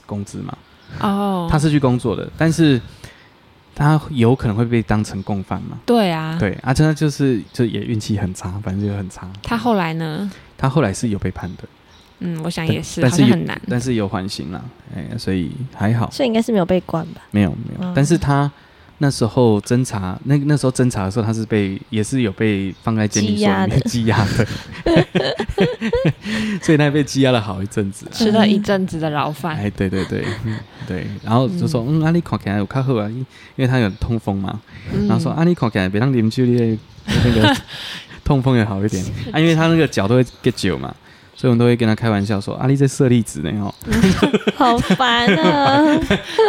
A: 工资嘛，
C: 哦，
A: 他是去工作的，但是他有可能会被当成共犯嘛，
C: 对啊，
A: 对，啊，真的就是就也运气很差，反正就很差。
C: 他后来呢？
A: 他后来是有被判的，
C: 嗯，我想也是，
A: 但
C: 好像
A: 有
C: 很难。
A: 但是有缓刑啦，哎、所以还好，
B: 所以应该是没有被关吧？
A: 没有没有。
B: 嗯
A: 但是他那时候侦查，那那时候侦查的时候，他是被也是有被放在监狱
B: 羁
A: 所
B: 押
A: 里面羁押的， 所以他被羁押了好一阵 子啊。
C: 吃了一阵子的牢饭，
A: 哎，对对对， 嗯对，然后就说，嗯，啊，你看起来有较好啊，因因为他有痛风嘛，
C: 嗯
A: 然后说，啊，你看起来别让邻居的那 个痛风也好一点，啊，因为他那个脚都会 get 酒嘛，所以我们都会跟他开玩笑说，啊，你这舍利子呢哦，
B: 好烦啊！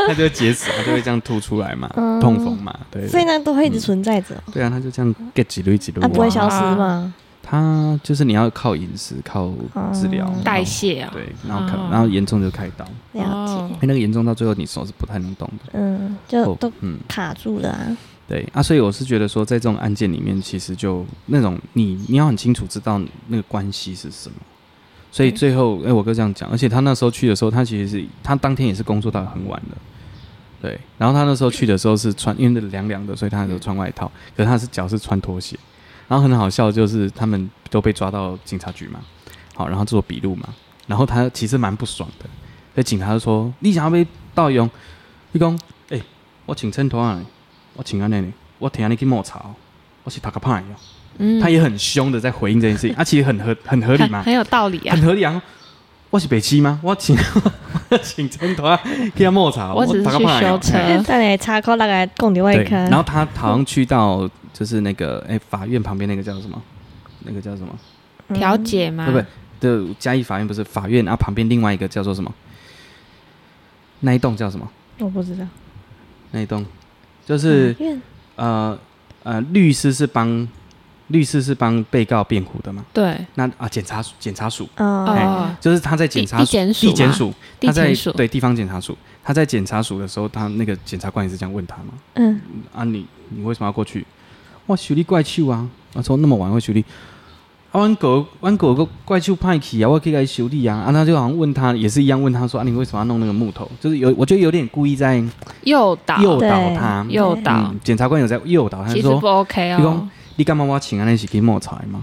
A: 他就会结石，他就会这样吐出来嘛，
B: 嗯
A: 痛风嘛， 对， 嗯
B: 所以那都会一直存在着哦，
A: 对啊，他就这样 get 几缕几缕
B: 它，啊不会
A: 哇
B: 消失吗？
A: 他就是你要靠饮食、靠治疗、
B: 哦
C: 代，谢啊，
A: 对，然后可
C: 哦
A: 然后严重就开刀，
B: 了解
C: 哦，
A: 哎，那个严重到最后你手是不太能动的，
B: 嗯，就
A: 哦
B: 都
A: 嗯。
B: 卡住了啊。
A: 对啊，所以我是觉得说，在这种案件里面，其实就那种你你要很清楚知道那个关系是什么。所以
C: 对
A: 最后，哎、我哥这样讲，而且他那时候去的时候，他其实是他当天也是工作到很晚的，对。然后他那时候去的时候是穿，因为凉凉的，所以他有穿外套，可是他是脚是穿拖鞋。然后很好笑，就是他们都被抓到警察局嘛，好，然后做笔录嘛，然后他其实蛮不爽的，所以警察就说：“你想要被盗用？”你讲：“哎、我请衬托啊，我请安内呢，我听你去抹茶、哦，我是塔克派哦。
C: 嗯
A: 他也很凶的在回应这件事 情，啊，其实很合很合理
C: 很
A: 嘛，
C: 很有道理啊
A: 很。合理啊。我是北七吗？我请我请陈团去抹茶，
C: 我只是
A: 塔克
C: 去
A: 派
C: 修
A: 哦
C: 车
A: 嘿，
B: 但你插口大概供你外
A: 对，
B: 科，
A: 然后他好像去到就是那个哎、法院旁边那个叫什么？那个叫什么？
B: 嗯
C: 调解吗？
A: 对不对？的嘉义法院不是法院，然后啊旁边另外一个叫做什么？那一栋叫什么？
B: 我不知道啊
A: 那一栋
C: 嗯
A: 就是、
B: 法院
A: 呃呃，律师是帮律师是帮被告辩护的嘛？
C: 对，
A: 那啊，检察署检察署哎
B: 哦
C: 哦，
A: 就是他在检察
C: 地检署
A: 地检
C: 嘛
A: 署，
C: 地
A: 他在
C: 检署
A: 对地方检察署，他在检察署的时候，他那个检察官也是这样问他嘛？
B: 嗯，
A: 啊你，你为什么要过去？哇，修理怪手啊！啊，说那么晚会修理，啊，阮狗阮狗个怪手派去啊，我可以来修理啊！啊，他就好像问他，也是一样问他说啊，你为什么要弄那个木头？就是有，我觉得有点故意在
C: 诱导
A: 诱
B: 对
A: 导他，
C: 诱导
A: 嗯，检察官有在诱导他，
C: 其
A: 就
C: 实不
A: 说
C: OK
A: 你
C: 哦
A: 讲。你干嘛我请安那起给莫裁吗？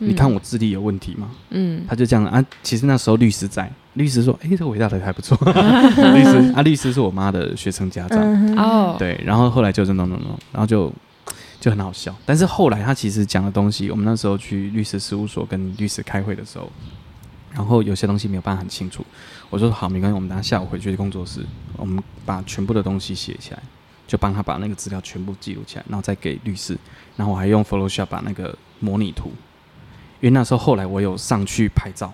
C: 嗯
A: 你看我智力有问题吗？
C: 嗯，
A: 他就这样啊。其实那时候律师在，律师说：“哎、这回答的还不 错。” 律师啊，律师是我妈的学生家长，
B: 嗯哼
C: 哦，
A: 对。然后后来就是 no no no，然后就就很好笑。但是后来他其实讲的东西，我们那时候去律师事务所跟律师开会的时候，然后有些东西没有办法很清楚，我说好，没关系，我们等下下午回去工作室，我们把全部的东西写起来，就帮他把那个资料全部记录起来，然后再给律师。然后我还用 Photoshop 把那个模拟图，因为那时候后来我有上去拍照，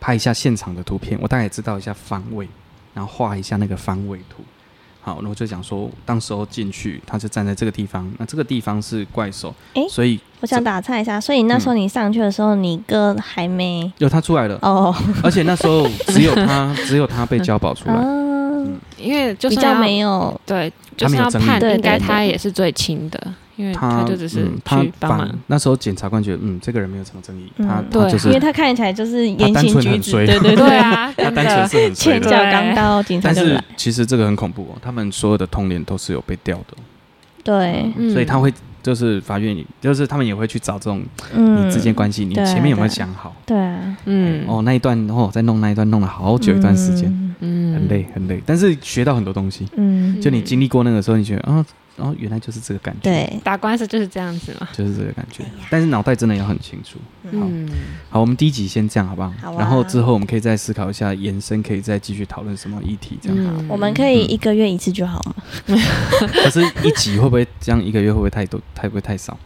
A: 拍一下现场的图片，我大概知道一下方位，然后画一下那个方位图。好，然后就讲说，当时候进去，他就站在这个地方，那这个地方是怪兽，
B: 诶
A: 所以
B: 我想打岔一下，所以那
A: 嗯
B: 时候你上去的时候，你哥还没
A: 有他出来了，
B: 哦，
A: 而且那时候只有 他，只有他被交保出来，
B: 啊，
C: 因为嗯就
B: 比
C: 算
B: 较
C: 要
B: 没有，
C: 对，
A: 他
C: 就
A: 没
C: 是
A: 有
C: 要
A: 争议
C: 判，
B: 对
C: 应该
B: 对
C: 他
B: 对
C: 也是最轻的，因为
A: 他
C: 就只是
A: 嗯他
C: 去帮忙。
A: 那时候检察官觉得，嗯，这个人没有什么争议，
B: 嗯
A: 他他
C: 对
A: 就
B: 因为
A: 是
B: 他看起来就是言
A: 他单
B: 行
A: 纯
B: 举
A: 很
B: 止，
A: 衰
B: 对 对
C: 对，啊，
A: 他
C: 真
A: 单纯
C: 的，
A: 是 很衰
B: 拳
A: 的
B: 脚
C: 对。
B: 刚到，警察
A: 但
B: 就是来，
A: 其实这个很恐怖哦，他们所有的通联都是有被调的，
B: 对，
C: 嗯
A: 所以他会就是法院里，就是他们也会去找这种
B: 嗯，
A: 你之间关系，你
B: 对啊
A: 前面有没有
B: 对啊
A: 想好？
B: 对啊，
C: 嗯，
A: 哦，那一段哦，在弄那一段弄了好久一段时间，
C: 嗯，
A: 很累很累，但是学到很多东西。
B: 嗯，嗯，
A: 就你经历过那个时候，你觉得啊，然后原来就是这个感觉，，
B: 对，
C: 打官司就是这样子嘛。
A: 就是这个感觉。但是脑袋真的要很清楚。好
C: 嗯，
A: 好，我们第一集先这样好不好？
B: 好啊
A: 然后之后我们可以再思考一下，延伸可以再继续讨论什么议题这样。
C: 嗯
B: 我们可以一个月一次就好嘛，
A: 可是一集会不会这样？一个月会不会太多？太不会太少？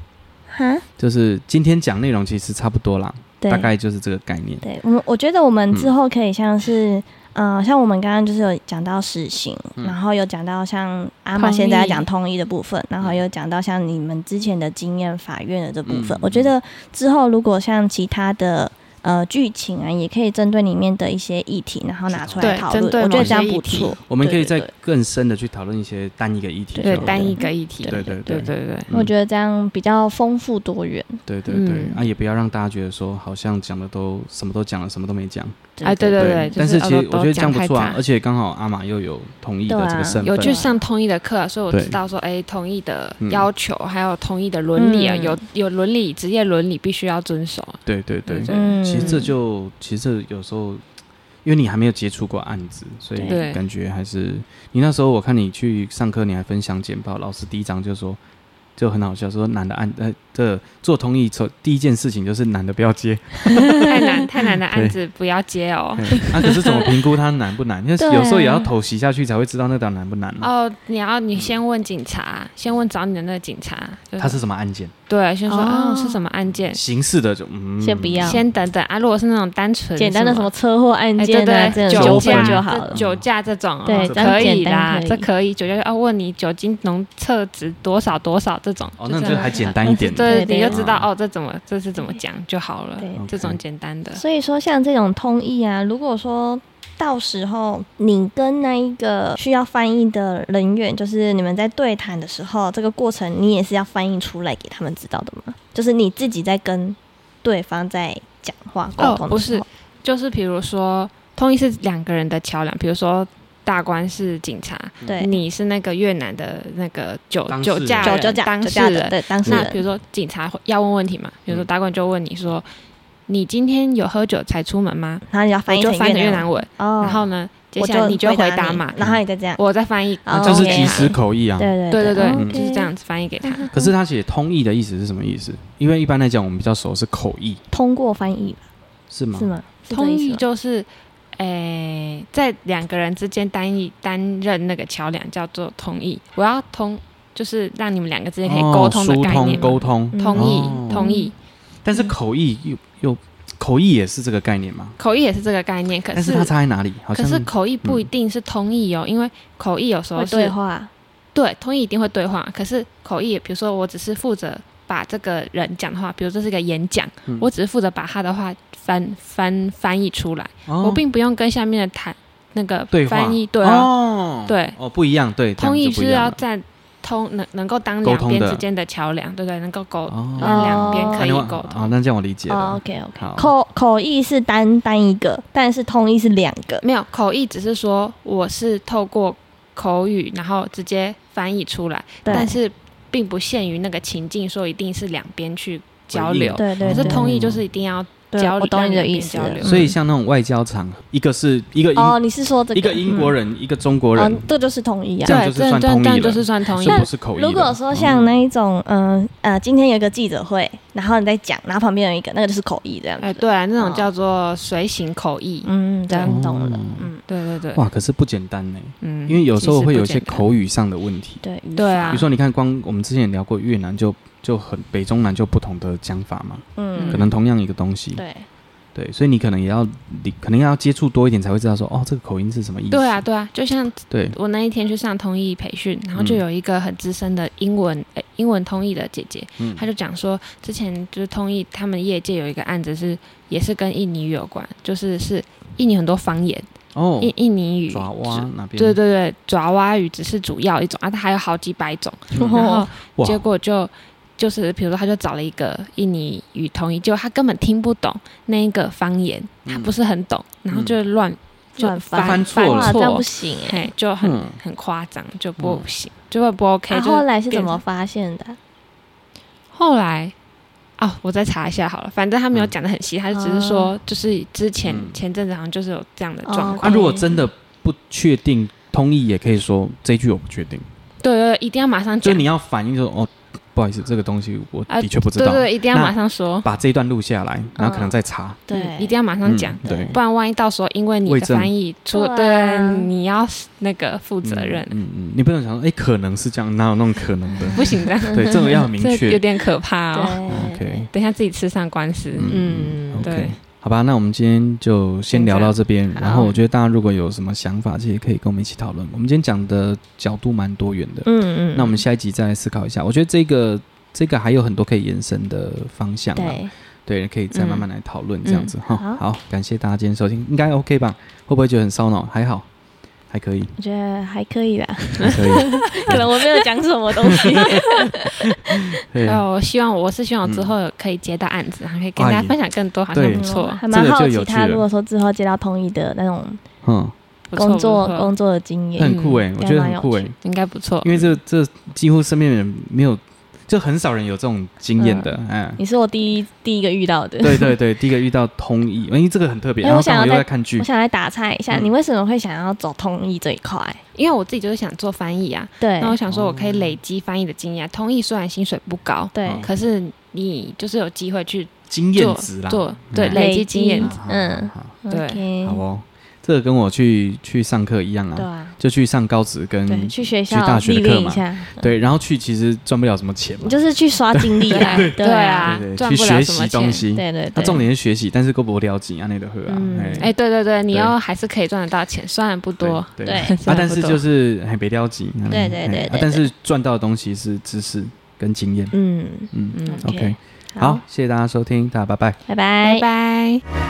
B: 哈，
A: 就是今天讲内容其实差不多啦，
B: 对
A: 大，概就是这个概念。
B: 对我们，我觉得我们
A: 嗯
B: 之后可以像是，呃，像我们刚刚就是有讲到死刑，
A: 嗯
B: 然后有讲到像阿玛
C: 通
B: 现在要
C: 译
B: 讲通译的部分，
A: 嗯
B: 然后有讲到像你们之前的经验法院的这部分，
A: 嗯
B: 我觉得之后如果像其他的。呃，剧情啊，也可以针对里面的一些议题，然后拿出来
C: 对
B: 讨论。
C: 针对
B: 我觉得
C: 某
B: 这样
C: 些议
B: 不
C: 题
B: 错。
A: 我们可以
B: 对
A: 再
B: 对
A: 更深的去讨论一些单一个议题。
C: 对
A: 就好了
C: 单一个议题，
A: 对对
C: 对
A: 对
C: 对对，
A: 嗯
B: 我觉得这样比较丰富多元。
A: 对对对
C: 嗯
A: 啊，也不要让大家觉得说好像讲的都什么都讲了，什么都没讲。
C: 哎，对对对，
A: 但
C: 就是
A: 其实
C: 哦
A: 我觉得这样不错啊，而
C: 都
A: 且刚好阿玛又有同意的
B: 对啊
A: 这个身
C: 有
A: 份，
C: 去上通译的课，所以我
A: 对
C: 知道说，哎，通译的
A: 嗯
C: 要求还有通译的伦理啊，
B: 嗯
C: 有有伦理，职业伦理必须要 遵守啊。
A: 对对对，
C: 对
B: 嗯，
A: 其实这就其实这有时候，因为你还没有接触过案子，所以
C: 对
A: 感觉还是你那时候我看你去上课，你还分享简报，老师第一章就说。就很好笑，说男的案呃，这做通译，从第一件事情就是男的不要接，
C: 太难太难的案子不要接哦。
A: 那、啊、可是怎么评估它难不 难？因为
B: 对啊
A: 有时候也要投袭下去才会知道那到底难不难嘛。
C: 哦，你要你先问警察，先问找你的那个警察，就
A: 它是什么案件？
C: 对，先说
B: 哦
C: 啊是什么案件，
A: 刑事的就嗯，
B: 先不要
C: 先等等啊。如果是那种单纯
B: 简单的什
C: 什
B: 么车祸案
C: 哎
B: 件啊，
C: 对对
B: 这种纠
A: 酒驾
B: 纷就
C: 驾
B: 好
C: 这
B: 了。
C: 酒驾这种哦
B: 对
A: 这
C: 可
B: 样
C: 以
B: 简单
C: 啦，
B: 可以
C: 这可以酒驾要问你酒精浓测值多少多少这种，
A: 哦，那
C: 这
A: 就
C: 样
A: 还简单一 点。
B: 对
C: 对，
B: 对
C: 你就知道
A: 对
C: 哦这怎么这是怎么讲就好了
B: 对，
A: OK
C: 这种简单的。
B: 所以说，像这种通译啊，如果说到时候你跟那一个需要翻译的人员，就是你们在对谈的时候，这个过程你也是要翻译出来给他们知道的嘛？就是你自己在跟对方在讲话沟通的时候、
C: 不就是比如说，通译是两个人的桥梁，比如说大官是警察，
B: 对
C: 你是那个越南的那个酒
A: 当事
C: 酒
A: 人
C: 驾
B: 酒
C: 人
B: 酒驾
C: 当
B: 酒
C: 事
B: 驾的
C: 人。
B: 对当事
C: 那比
B: 人
C: 如说警察会要问问题嘛，比如说
A: 嗯
C: 大官就问你说：“你今天有喝酒才出门吗
B: 然后你要？”
C: 我
B: 翻译
C: 就翻成越
B: 越
C: 南文，
B: 哦，
C: 然后呢，接
B: 我
C: 下来
B: 就
C: 你就
B: 回
C: 答
B: 你
C: 嘛，
B: 然后你再这样，
C: 我再翻译，
A: 那就是
B: 哦
A: 即时口译啊。
B: 对
C: 啊对
B: 对
C: 对对，
A: 嗯
C: 就是这样子翻译给他。
B: 嗯
A: 可是他写通译的意思是什么意思？因为一般来讲，我们比较熟是口译，
B: 通过翻译
A: 是吗？
B: 是吗？是这
C: 通
B: 个意思
C: 译
B: 吗
C: 就是，诶、在两个人之间担一担任那个桥梁叫做通译。我要通，就是让你们两个之间可以沟通的
A: 哦疏
C: 概
A: 通
C: 念嘛。
A: 沟通，
B: 嗯
C: 通译
A: 哦，
C: 通译，
A: 但是口译又又口译也是这个概念嘛？
C: 口译也是这个概念，可
A: 但是它差在哪里？好
C: 可
A: 像嗯
C: 是口译不一定是通译哦，因为口译有时候
B: 会
C: 是
B: 对话，
C: 对通译一定会对话，可是口译，比如说我只是负责把这个人讲的话，比如这是一个演讲，
A: 嗯
C: 我只是负责把他的话翻翻翻译出来，
A: 哦
C: 我并不用跟下面的谈那个
A: 对话
C: 翻译对啊
A: 哦
C: 对
A: 哦不一样，对
C: 通译
A: 这
C: 是
A: 样
C: 要
A: 就不一样
C: 站通能能够当
A: 沟
C: 两
A: 通
C: 边
A: 的
C: 之间的桥梁，对不对？能够沟
A: 哦
C: 让两边可以
A: 了
C: 沟
A: 啊，
C: 通。
A: 那这样我理解
B: 哦
A: 了。
B: ，OK OK，
A: 好
B: 口口译是单单一个，但是通译是两个，
C: 没有口译，只是说我是透过口语，然后直接翻译出来，
B: 对
C: 但是并不限于那个情境，说一定是两边去交流。
B: 对对
C: 可哦是
B: 对
C: 通译就是一定
A: 嗯
C: 要
B: 对
C: 交流
B: 我懂你的
C: 让
B: 意
C: 两边
B: 思
C: 交
B: 了。
C: 流
A: 所以像那种外交场，一个是一个英
B: 哦，你是说这个
A: 一个英国人，一个中国人
B: 哦，，这就是统一
A: 这
B: 啊。
A: 样
C: 对，
A: 就是算
C: 这
A: 通译
C: 这样
A: 了
C: 就是算通译
A: 是。不是口译的？
B: 如果说像那一种，嗯呃今天有一个记者会，然后你在讲，然后旁边有一个，那个就是口译这样
C: 哎，
B: 子。
C: 对啊，那种叫做随行口译。
B: 嗯，这样懂了
A: 哦。
B: 嗯，
C: 对对对，
A: 哇，可是不简单呢，
C: 嗯，
A: 因为有时候会有一些
C: 其实不简单
A: 口语上的问题。
B: 对，语法
C: 对啊
A: 比如说，你看，光我们之前也聊过越南就，就很北中南就不同的讲法嘛，
B: 嗯，
A: 可能同样一个东西，
B: 对，
A: 对所以你可能也要，你可能要接触多一点才会知道说，哦，这个口音是什么意思。
C: 对啊，对啊，就像
A: 对，
C: 我那一天去上通译培训，然后就
A: 嗯
C: 有一个很资深的英文、呃英文通译的姐姐，
A: 嗯
C: 她就讲说，之前就是通译他们业界有一个案子是也是跟印尼语有关，就是是印尼很多方言，
A: 哦，
C: 印印尼语
A: 爪哇那边，
C: 对对对，爪哇语只是主要一种啊，它还有好几百种。
A: 嗯
C: 然后
A: 哇，
C: 结果就就是，比如说，他就找了一个印尼语通译，结果他根本听不懂那一个方言，他
A: 嗯
C: 不是很懂，然后就乱、就
B: 乱
C: 翻
A: 翻错了
B: 哇，这样
C: 错
B: 不，行哎。
C: 嘿，就很、
A: 嗯
C: 很夸张，就不行，就会不 OK
B: 然
C: 就是。
B: 啊后后来是怎么发现的？
C: 后来哦，我再查一下好了，反正他
B: 嗯
C: 没有讲的很细，他就只是说，就是之前、
A: 嗯
C: 前阵子好像就是有这样的
B: 哦
C: 状
A: 啊，
C: 况。
A: 如果真的不确定，通译也可以说这一句我不确定，
C: 对对对，一定要马上
A: 就
C: 讲
A: 是，你要反应说，哦，不好意思，这个东西我
C: 啊
A: 的确不知
C: 对
A: 道，
C: 对对，一定要
A: 那
C: 马上说，
A: 把这一段录下来，然后可能再查。
B: 对，
C: 嗯一定要马上讲。
A: 嗯、对。
C: 不然万一到时候因为你
A: 为
C: 的
A: 政
C: 翻译出
B: 对啊
C: 你要那个负责任，
A: 嗯嗯嗯，你不能想说，哎，可能是这样，哪有那种可能的？
C: 不行的，
A: 对，这个要很明
C: 这有
A: 确。嗯
C: 点可怕哦。
B: 对
A: OK，
C: 等一下自己吃上官司，
A: 嗯
C: 嗯，对
A: OK，好吧，那我们今天就先聊到这边。
C: 好
A: 然后我觉得大家如果有什么想法，其实可以跟我们一起讨论。我们今天讲的角度蛮多元的，
B: 嗯嗯，
A: 那我们下一集再来思考一下。我觉得这个这个还有很多可以延伸的方向啊，
B: 对，
A: 对，可以再慢慢来讨论这样子哈。
B: 嗯好
A: 好，感谢大家今天收听，应该 OK 吧？会不会觉得很烧脑？还好，还可以，
B: 我觉得还可以啊吧，
A: 还 可以，
B: 可能我没有讲什么东西。
A: 对，
C: 呃，我希望我是希望之后可以接到案子，还可以跟大
A: 哎
C: 家分享更多，好 像
A: 对
C: 不错，
B: 还蛮好
A: 这个就有
B: 奇
A: 趣
B: 他
A: 了
B: 如果说之后接到通译的那种
A: 嗯，
C: 不错
B: 工作
C: 不错
B: 工作的经
A: 那
B: 验，
A: 很酷哎，我觉得很酷哎，
C: 应该不错。
A: 因为这这几乎身边人没有，就很少人有这种经验的，哎，
B: 你是我第一第一个遇到的。
A: 对对对，第一个遇到通译，因为这个很特别，
B: 哎
A: 然后
B: 我想
A: 刚好
B: 要
A: 又
B: 再
A: 在看剧
B: 我，想来打岔一下，
A: 嗯
B: 你为什么会想要走通译这一块？
C: 因为我自己就是想做翻译啊，
B: 对
C: 那我想说我可
A: 哦
C: 以累积翻译的经验啊。通译虽然薪水不高，
B: 对，
A: 嗯
C: 可是你就是有机会去
A: 经验
C: 做
A: 值啦，
C: 做对
A: 嗯
C: 累积经验
B: 累积
A: 好好好
B: 嗯
A: 好
C: 对
B: OK
A: 好哦，这个跟我去去上课一样
B: 对
A: 啊，
B: 啊，
A: 就去上高职跟
B: 对，去学
A: 嗯去
B: 校
A: 大学
B: 历
A: 的课
B: 练一
A: 嘛
B: 下，
A: 对，然后去其实赚不了什么钱嘛
B: 你，就是去刷经历啦，
C: 对
B: 对啊，
C: 啊
A: 对对，
C: 赚
A: 去
C: 不了
A: 学
C: 什么
A: 习东
C: 钱
A: 西，
B: 对对
A: 那
B: 对，
A: 重点是学习，但是够不了解啊，那个喝啊
B: 嗯，
C: 哎，对对对，你要还是可以赚得到钱，虽然不
A: 对
C: 多，
A: 对
B: 对
A: 啊，但是就是哎别了解，
B: 对对
A: 嗯
B: 对
A: 哎啊
B: 对
A: 但是赚到的东西是知识跟经验，
B: 嗯
A: 嗯
C: 嗯
B: ，OK，
A: ，OK，好，谢谢大家收听，大家拜拜。
B: 拜拜
C: 拜。拜。